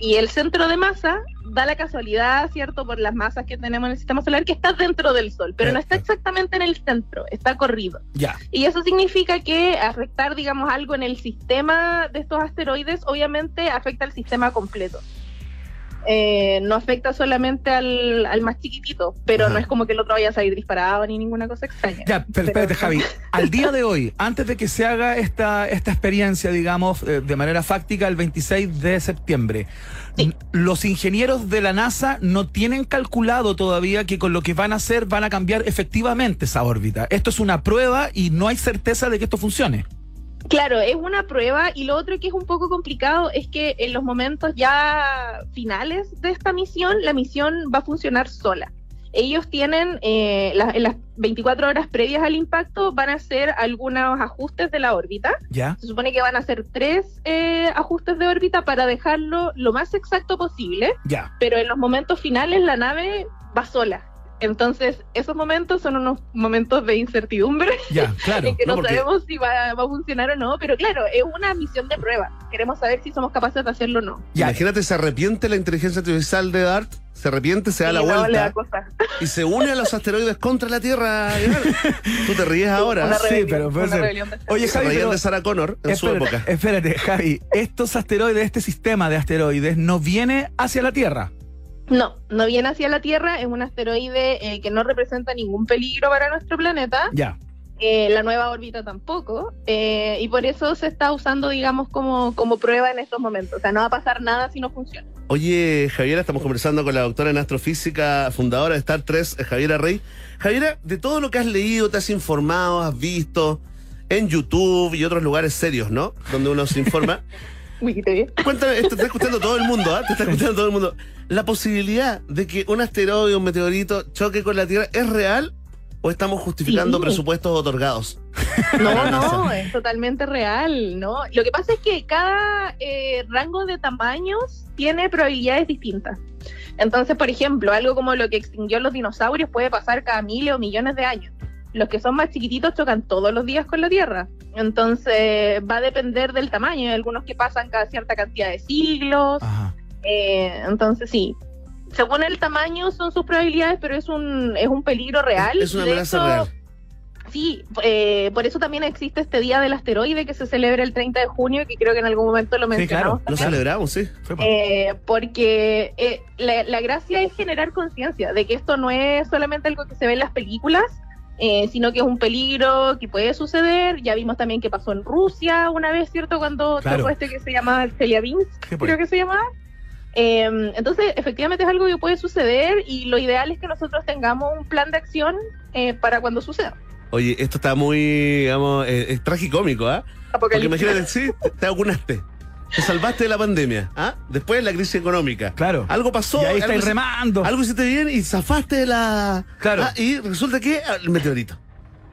L: Y el centro de masa da la casualidad, ¿cierto? Por las masas que tenemos en el sistema solar, que está dentro del Sol, pero no está exactamente en el centro, está corrido.
E: Ya.
L: Y eso significa que afectar, digamos, algo en el sistema de estos asteroides, obviamente afecta al sistema completo. Eh, no afecta solamente al, al más chiquitito, pero no es como que el otro vaya a salir disparado ni ninguna cosa extraña.
E: Ya, pero espérate,
L: Pero-
E: Javi. Al día de hoy, antes de que se haga esta, esta experiencia, digamos, eh, de manera fáctica, el 26 de septiembre, n- los ingenieros de la NASA no tienen calculado todavía que con lo que van a hacer van a cambiar efectivamente esa órbita. Esto es una prueba y no hay certeza de que esto funcione.
L: Claro, es una prueba y lo otro que es un poco complicado es que en los momentos ya finales de esta misión, la misión va a funcionar sola. Ellos tienen, eh, la- en las 24 horas previas al impacto, van a hacer algunos ajustes de la órbita.
E: Ya.
L: Se supone que van a hacer tres eh, ajustes de órbita para dejarlo lo más exacto posible,
E: Ya.
L: pero en los momentos finales la nave va sola. Entonces, esos momentos son unos momentos de incertidumbre
E: Ya, claro.
L: en que
B: no,
L: no,
B: porque-
L: sabemos si va, va a funcionar o no, pero claro, es una misión de prueba. Queremos saber si somos capaces de hacerlo o no.
E: Ya.
B: Imagínate, se arrepiente la inteligencia artificial de Dart, se arrepiente, se da
L: Y
B: la
L: no, le da
B: vuelta
L: cosa.
B: y se une a los asteroides contra la Tierra. Iván. Tú te ríes
L: Una
B: ahora.
E: sí,
L: rebelión,
E: pero puede
L: una
E: ser.
L: rebelión de-
E: Oye,
B: Se
E: Javi,
B: reían
E: pero-
B: de Sarah Connor en su
E: espérate, eh,
B: época.
E: espérate, Javi. Estos asteroides, este sistema de asteroides, no viene hacia la Tierra.
L: No, no viene hacia la Tierra, es un asteroide eh, que no representa ningún peligro para nuestro planeta.
E: Ya.
L: eh, la nueva órbita tampoco, eh, y por eso se está usando, digamos, como, como prueba en estos momentos. O sea, no va a pasar nada si no funciona.
B: Oye, Javiera, estamos conversando con la doctora en astrofísica, fundadora de Star 3, Javiera Rey. Javiera, de todo lo que has leído, te has informado, has visto en YouTube y otros lugares serios, ¿no? Donde uno se informa.
L: Wikipedia.
B: Cuéntame, esto te está escuchando todo el mundo, ¿ah? Te está escuchando todo el mundo. ¿La posibilidad de que un asteroide, un meteorito choque con la Tierra es real o estamos justificando
L: Sí.
B: presupuestos otorgados?
L: No, no, es totalmente real, ¿no? Lo que pasa es que cada eh, rango de tamaños tiene probabilidades distintas. Entonces, por ejemplo, algo como lo que extinguió los dinosaurios puede pasar cada miles o millones de años. Los que son más chiquititos chocan todos los días con la Tierra. Entonces, va a depender del tamaño. Hay algunos que pasan cada cierta cantidad de siglos.
E: Ajá.
L: Eh, entonces, sí. Según el tamaño son sus probabilidades, pero es un, es un peligro real.
B: Es una
L: De
B: amenaza
L: hecho,
B: real.
L: Sí, eh, por eso también existe este Día del Asteroide que se celebra el 30 de junio, que creo que en algún momento lo
E: Sí,
L: mencionamos.
E: claro.
B: Lo celebramos, sí.
L: Eh, porque eh, la, la gracia es generar conciencia de que esto no es solamente algo que se ve en las películas, eh, sino que es un peligro que puede suceder. Ya vimos también que pasó en Rusia una vez, ¿cierto? Cuando
E: Claro.
L: tocó este que se llama Chelyabinsk,
E: Sí, pues.
L: creo que se llamaba. Eh, entonces, efectivamente es algo que puede suceder y lo ideal es que nosotros tengamos un plan de acción eh, para cuando suceda.
B: Oye, esto está muy, digamos, eh, es tragicómico, ¿ah? Porque imagínate, sí, te vacunaste. Te salvaste de la pandemia, ¿ah? Después la crisis económica.
E: Claro.
B: Algo pasó.
E: y ahí
B: algo,
E: estáis
B: hici-
E: remando.
B: algo hiciste bien y zafaste de la.
E: Claro.
B: Ah, y resulta que ah, el meteorito.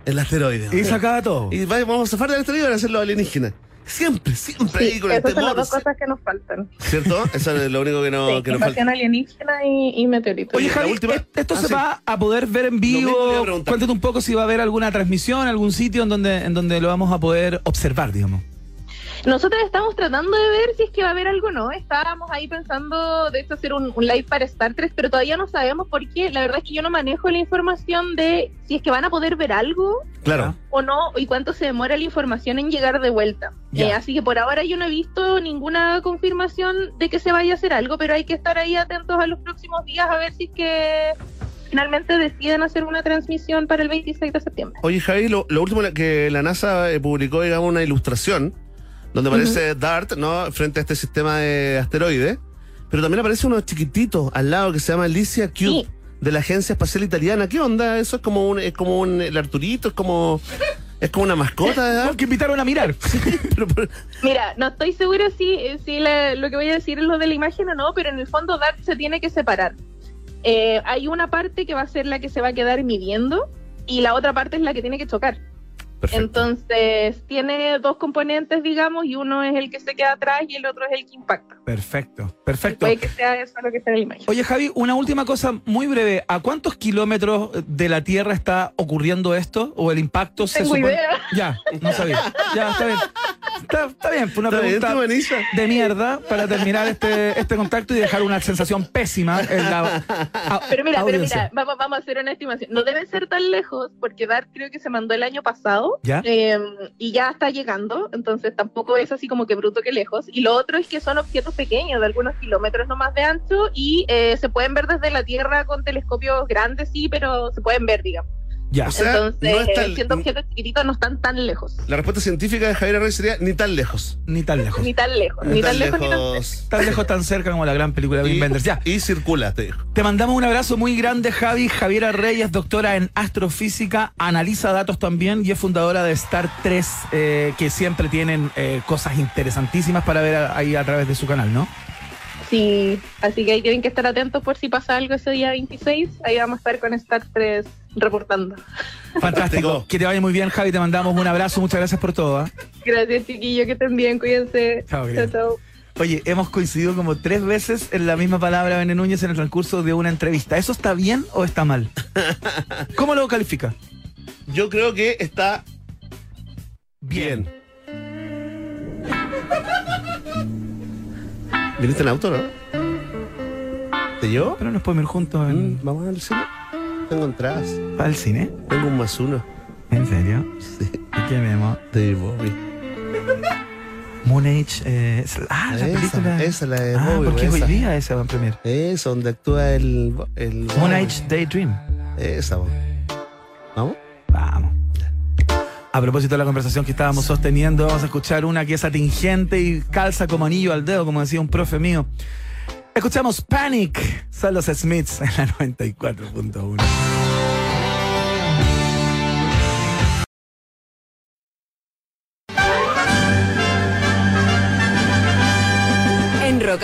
B: El asteroide.
E: Y se acaba todo.
B: Y va- vamos a zafar del asteroide y van a ser los alienígenas. Siempre, siempre
L: Sí,
B: ahí con el
L: esas son las
B: temor.
L: dos cosas que nos faltan.
B: ¿Cierto? Eso es lo único que, no,
L: Sí,
B: que nos
L: invasión
B: falta.
L: alienígena y, y meteorito.
E: Oye,
B: La
E: Javi,
B: última-
A: e-
E: ¿est- ¿esto
B: Ah,
E: se
B: sí.
E: va a poder ver en vivo?
B: mismo le iba a preguntar.
E: Cuéntate un poco si va a haber alguna transmisión, algún sitio en donde, en donde lo vamos a poder observar, digamos.
L: Nosotros estamos tratando de ver si es que va a haber algo o no. Estábamos ahí pensando, de hecho, hacer un, un live para Star Trek, pero todavía no sabemos por qué. La verdad es que yo no manejo la información de si es que van a poder ver algo
B: Claro.
L: o no y cuánto se demora la información en llegar de vuelta.
A: Ya.
L: Eh, así que por ahora yo no he visto ninguna confirmación de que se vaya a hacer algo, pero hay que estar ahí atentos a los próximos días a ver si es que finalmente deciden hacer una transmisión para el 26 de septiembre.
B: Oye, Javi, lo, lo último que la NASA eh, publicó, digamos, una ilustración donde aparece DART, ¿no? Frente a este sistema de asteroides. Pero también aparece uno chiquitito al lado que se llama Alicia Cube.
L: Sí.
B: De la Agencia Espacial Italiana. ¿Qué onda? Eso es como un. Es como un. El Arturito, es como. Es como una mascota de
A: Los
B: Dart.
A: que invitaron a mirar.
B: Pero- pero-
L: Mira, no estoy segura si, si la- lo que voy a decir es lo de la imagen o no, pero en el fondo DART se tiene que separar. Eh, hay una parte que va a ser la que se va a quedar midiendo y la otra parte es la que tiene que chocar.
B: Perfecto.
L: Entonces, tiene dos componentes, digamos, y uno es el que se queda atrás y el otro es el que impacta.
A: Perfecto, perfecto.
L: Puede que sea eso lo que sea la imagen.
A: Oye Javi, una última cosa muy breve. ¿A cuántos kilómetros de la Tierra está ocurriendo esto? ¿O el impacto se
L: Tengo
A: supone?
L: idea.
A: Ya, no sabía. Ya, está bien. Está, está bien, fue una
B: ¿Está bien,
A: pregunta
B: tú, Vanessa?
A: de mierda para terminar este, este contacto y dejar una sensación pésima en la a-
L: Pero mira, pero
A: audiencia.
L: mira, vamos, vamos a hacer una estimación. No debe ser tan lejos, porque DART creo que se mandó el año pasado
A: ¿Ya?
L: eh, y ya está llegando, entonces tampoco es así como que bruto que lejos. Y lo otro es que son objetos pequeños, de algunos kilómetros nomás de ancho, y eh, se pueden ver desde la Tierra con telescopios grandes, sí, pero se pueden ver, digamos.
A: Ya.
B: O sea,
L: entonces,
B: no es tan-
L: siendo objetos chiquititos no están tan lejos.
B: La respuesta científica de Javier Arroyo sería ni tan lejos.
A: Ni tan lejos.
L: Ni tan lejos, ni tan lejos, ni tan
A: Tan lejos, tan cerca como la gran película de Wim Wenders. Ya.
B: Y circula, te digo.
A: Te mandamos un abrazo muy grande, Javi. Javiera Reyes, doctora en astrofísica, analiza datos también y es fundadora de Star 3, eh, que siempre tienen eh, cosas interesantísimas para ver a- ahí a través de su canal, ¿no?
L: Sí, así que ahí tienen que estar atentos por si pasa algo ese día 26. Ahí vamos a estar con Star 3 reportando.
A: Fantástico.
B: Fantástico.
A: que te vaya muy bien, Javi. Te mandamos un abrazo. Muchas gracias por todo. ¿ah?
L: Gracias, chiquillo, que estén bien, cuídense.
A: Chao,
L: chao.
A: querido.
L: chao.
A: Oye, hemos coincidido como tres veces en la misma palabra, Bene Núñez, en el transcurso de una entrevista. ¿Eso está bien o está mal? ¿Cómo lo califica?
B: Yo creo que está bien. ¿Viniste en auto, no? ¿Te yo?
A: Pero nos podemos ir juntos en-
B: Vamos al cine. Tengo entradas.
A: para el cine.
B: Tengo un más uno.
A: ¿En serio?
B: Sí,
A: ¿Y qué vemos?
B: de Bobby.
A: Moon Age. eh, es- ah, la
B: Esa,
A: película.
B: esa, la de
A: ah,
B: Bobby,
A: porque
B: esa.
A: hoy día esa va a premier.
B: Eso, donde actúa el. el
A: Moon Age Daydream.
B: Esa, vos. ¿Vamos?
A: Vamos. A propósito de la conversación que estábamos sosteniendo, vamos a escuchar una que es atingente y calza como anillo al dedo, como decía un profe mío. Escuchamos Panic, son los Smiths en la 94.1.
F: En Rock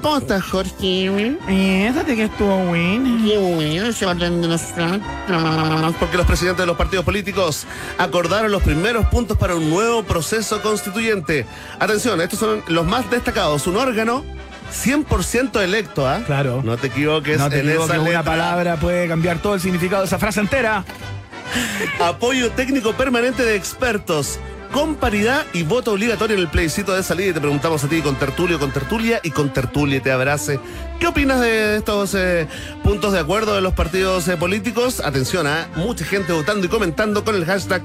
B: ¿Cómo estás, Jorge? Eh,
A: que estuvo win.
B: Qué bueno, se va a tener nuestra- Porque los presidentes de los partidos políticos acordaron los primeros puntos para un nuevo proceso constituyente. Atención, estos son los más destacados. Un órgano 100% electo, ¿ah?
A: Claro.
B: No te equivoques
A: No te
B: en
A: digo
B: esa
A: que una
B: letra.
A: palabra puede cambiar todo el significado de esa frase entera.
B: Apoyo técnico permanente de expertos. Con paridad y voto obligatorio en el plebiscito de salida. Y te preguntamos a ti con tertulio, con tertulia y con tertulia te abrace. ¿Qué opinas de estos eh, puntos de acuerdo de los partidos eh, políticos? Atención a mucha gente votando y comentando con el hashtag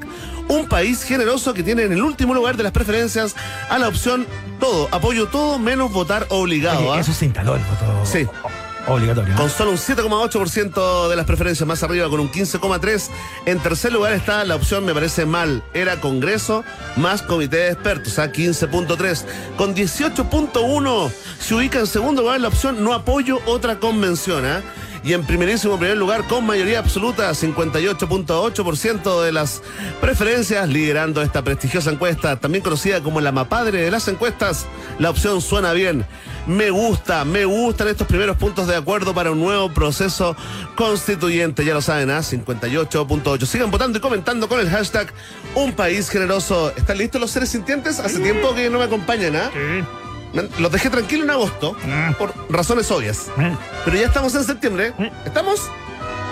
B: Un país generoso que tiene en el último lugar de las preferencias a la opción todo. Apoyo todo menos votar obligado.
A: Oye,
B: ¿ah?
A: eso se instaló el voto
B: Sí.
A: o- obligatorio. ¿no?
B: Con solo un 7,8% de las preferencias más arriba, con un 15,3%. En tercer lugar está la opción, me parece mal, era Congreso más Comité de Expertos, ¿ah? a 15,3%. Con 18,1% se ubica en segundo lugar la opción no apoyo otra convención. ¿ah? Y en primerísimo primer lugar, con mayoría absoluta, 58.8% de las preferencias, liderando esta prestigiosa encuesta, también conocida como la mapadre de las encuestas, la opción suena bien. Me gusta, me gustan estos primeros puntos de acuerdo para un nuevo proceso constituyente. Ya lo saben, ¿ah? a 58.8. Sigan votando y comentando con el hashtag Un País Generoso. ¿Están listos los seres sintientes? Hace tiempo que no me acompañan, ¿ah? Me- Los dejé tranquilos en agosto, por razones obvias. Pero ya estamos en septiembre. ¿Estamos?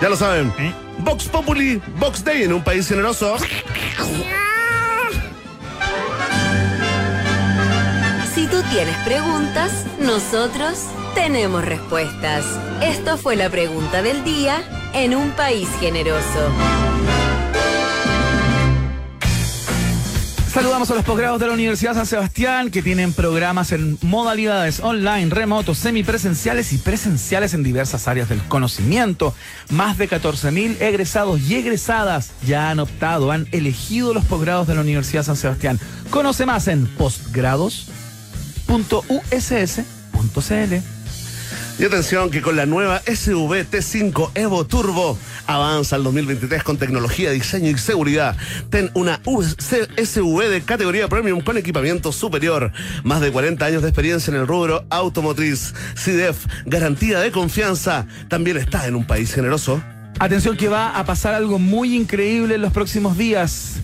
B: Ya lo saben. Vox Populi, Vox Day en un país generoso.
F: Si tú tienes preguntas, nosotros tenemos respuestas. Esto fue la pregunta del día en un país generoso.
A: Saludamos a los posgrados de la Universidad San Sebastián que tienen programas en modalidades online, remotos, semipresenciales y presenciales en diversas áreas del conocimiento. Más de 14.000 egresados y egresadas ya han optado, han elegido los posgrados de la Universidad San Sebastián. Conoce más en posgrados.uss.cl.
B: Y atención que con la nueva SUV T5 Evo Turbo avanza el 2023 con tecnología, diseño y seguridad. Ten una US SUV de categoría premium con equipamiento superior. Más de 40 años de experiencia en el rubro automotriz. CIDEF, garantía de confianza. También está en un país generoso.
A: Atención que va a pasar algo muy increíble en los próximos días.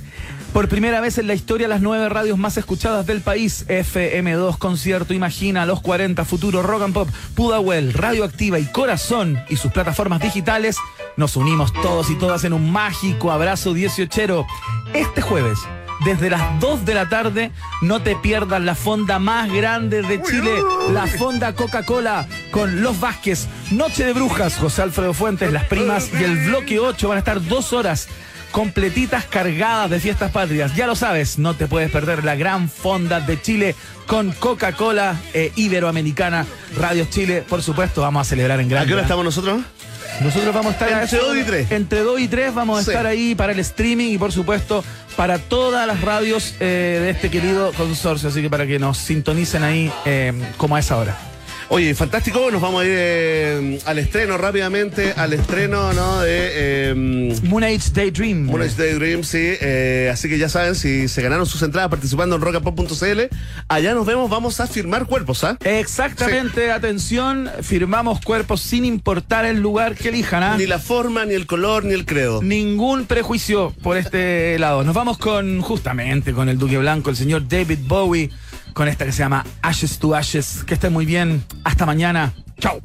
A: Por primera vez en la historia, las nueve radios más escuchadas del país, FM2, Concierto, Imagina, Los 40, Futuro, Rock and Pop, Pudahuel, Radio Activa y Corazón y sus plataformas digitales, nos unimos todos y todas en un mágico abrazo 18 Este jueves, desde las 2 de la tarde, no te pierdas la fonda más grande de Chile, la fonda Coca-Cola con Los Vázquez, Noche de Brujas, José Alfredo Fuentes, Las Primas y el Bloque 8 van a estar dos horas completitas cargadas de fiestas patrias. Ya lo sabes, no te puedes perder la gran fonda de Chile con Coca-Cola eh, Iberoamericana, Radio Chile. Por supuesto, vamos a celebrar en
B: ¿A
A: grande.
B: qué hora
A: ¿eh?
B: estamos nosotros?
A: Nosotros vamos a estar a
B: Entre
A: eso-
B: dos y tres.
A: Entre 2 y 3 vamos a
B: Sí.
A: estar ahí para el streaming y por supuesto para todas las radios eh, de este querido consorcio. Así que para que nos sintonicen ahí eh, como a esa hora.
B: Oye, fantástico, nos vamos a ir eh, al estreno rápidamente, al estreno, ¿no? De... eh,
A: Moon Age Daydream.
B: Moon Age Daydream, sí. eh, así que ya saben, si se ganaron sus entradas participando en rockapop.cl, allá nos vemos, vamos a firmar cuerpos, ¿ah?
A: Exactamente, atención, firmamos cuerpos sin importar el lugar que elijan. ¿ah?
B: Ni la forma, ni el color, ni el credo.
A: Ningún prejuicio por este lado. Nos vamos con, justamente, con el Duque Blanco, el señor David Bowie, con esta que se llama Ashes to Ashes. Que estén muy bien. Hasta mañana. Chao.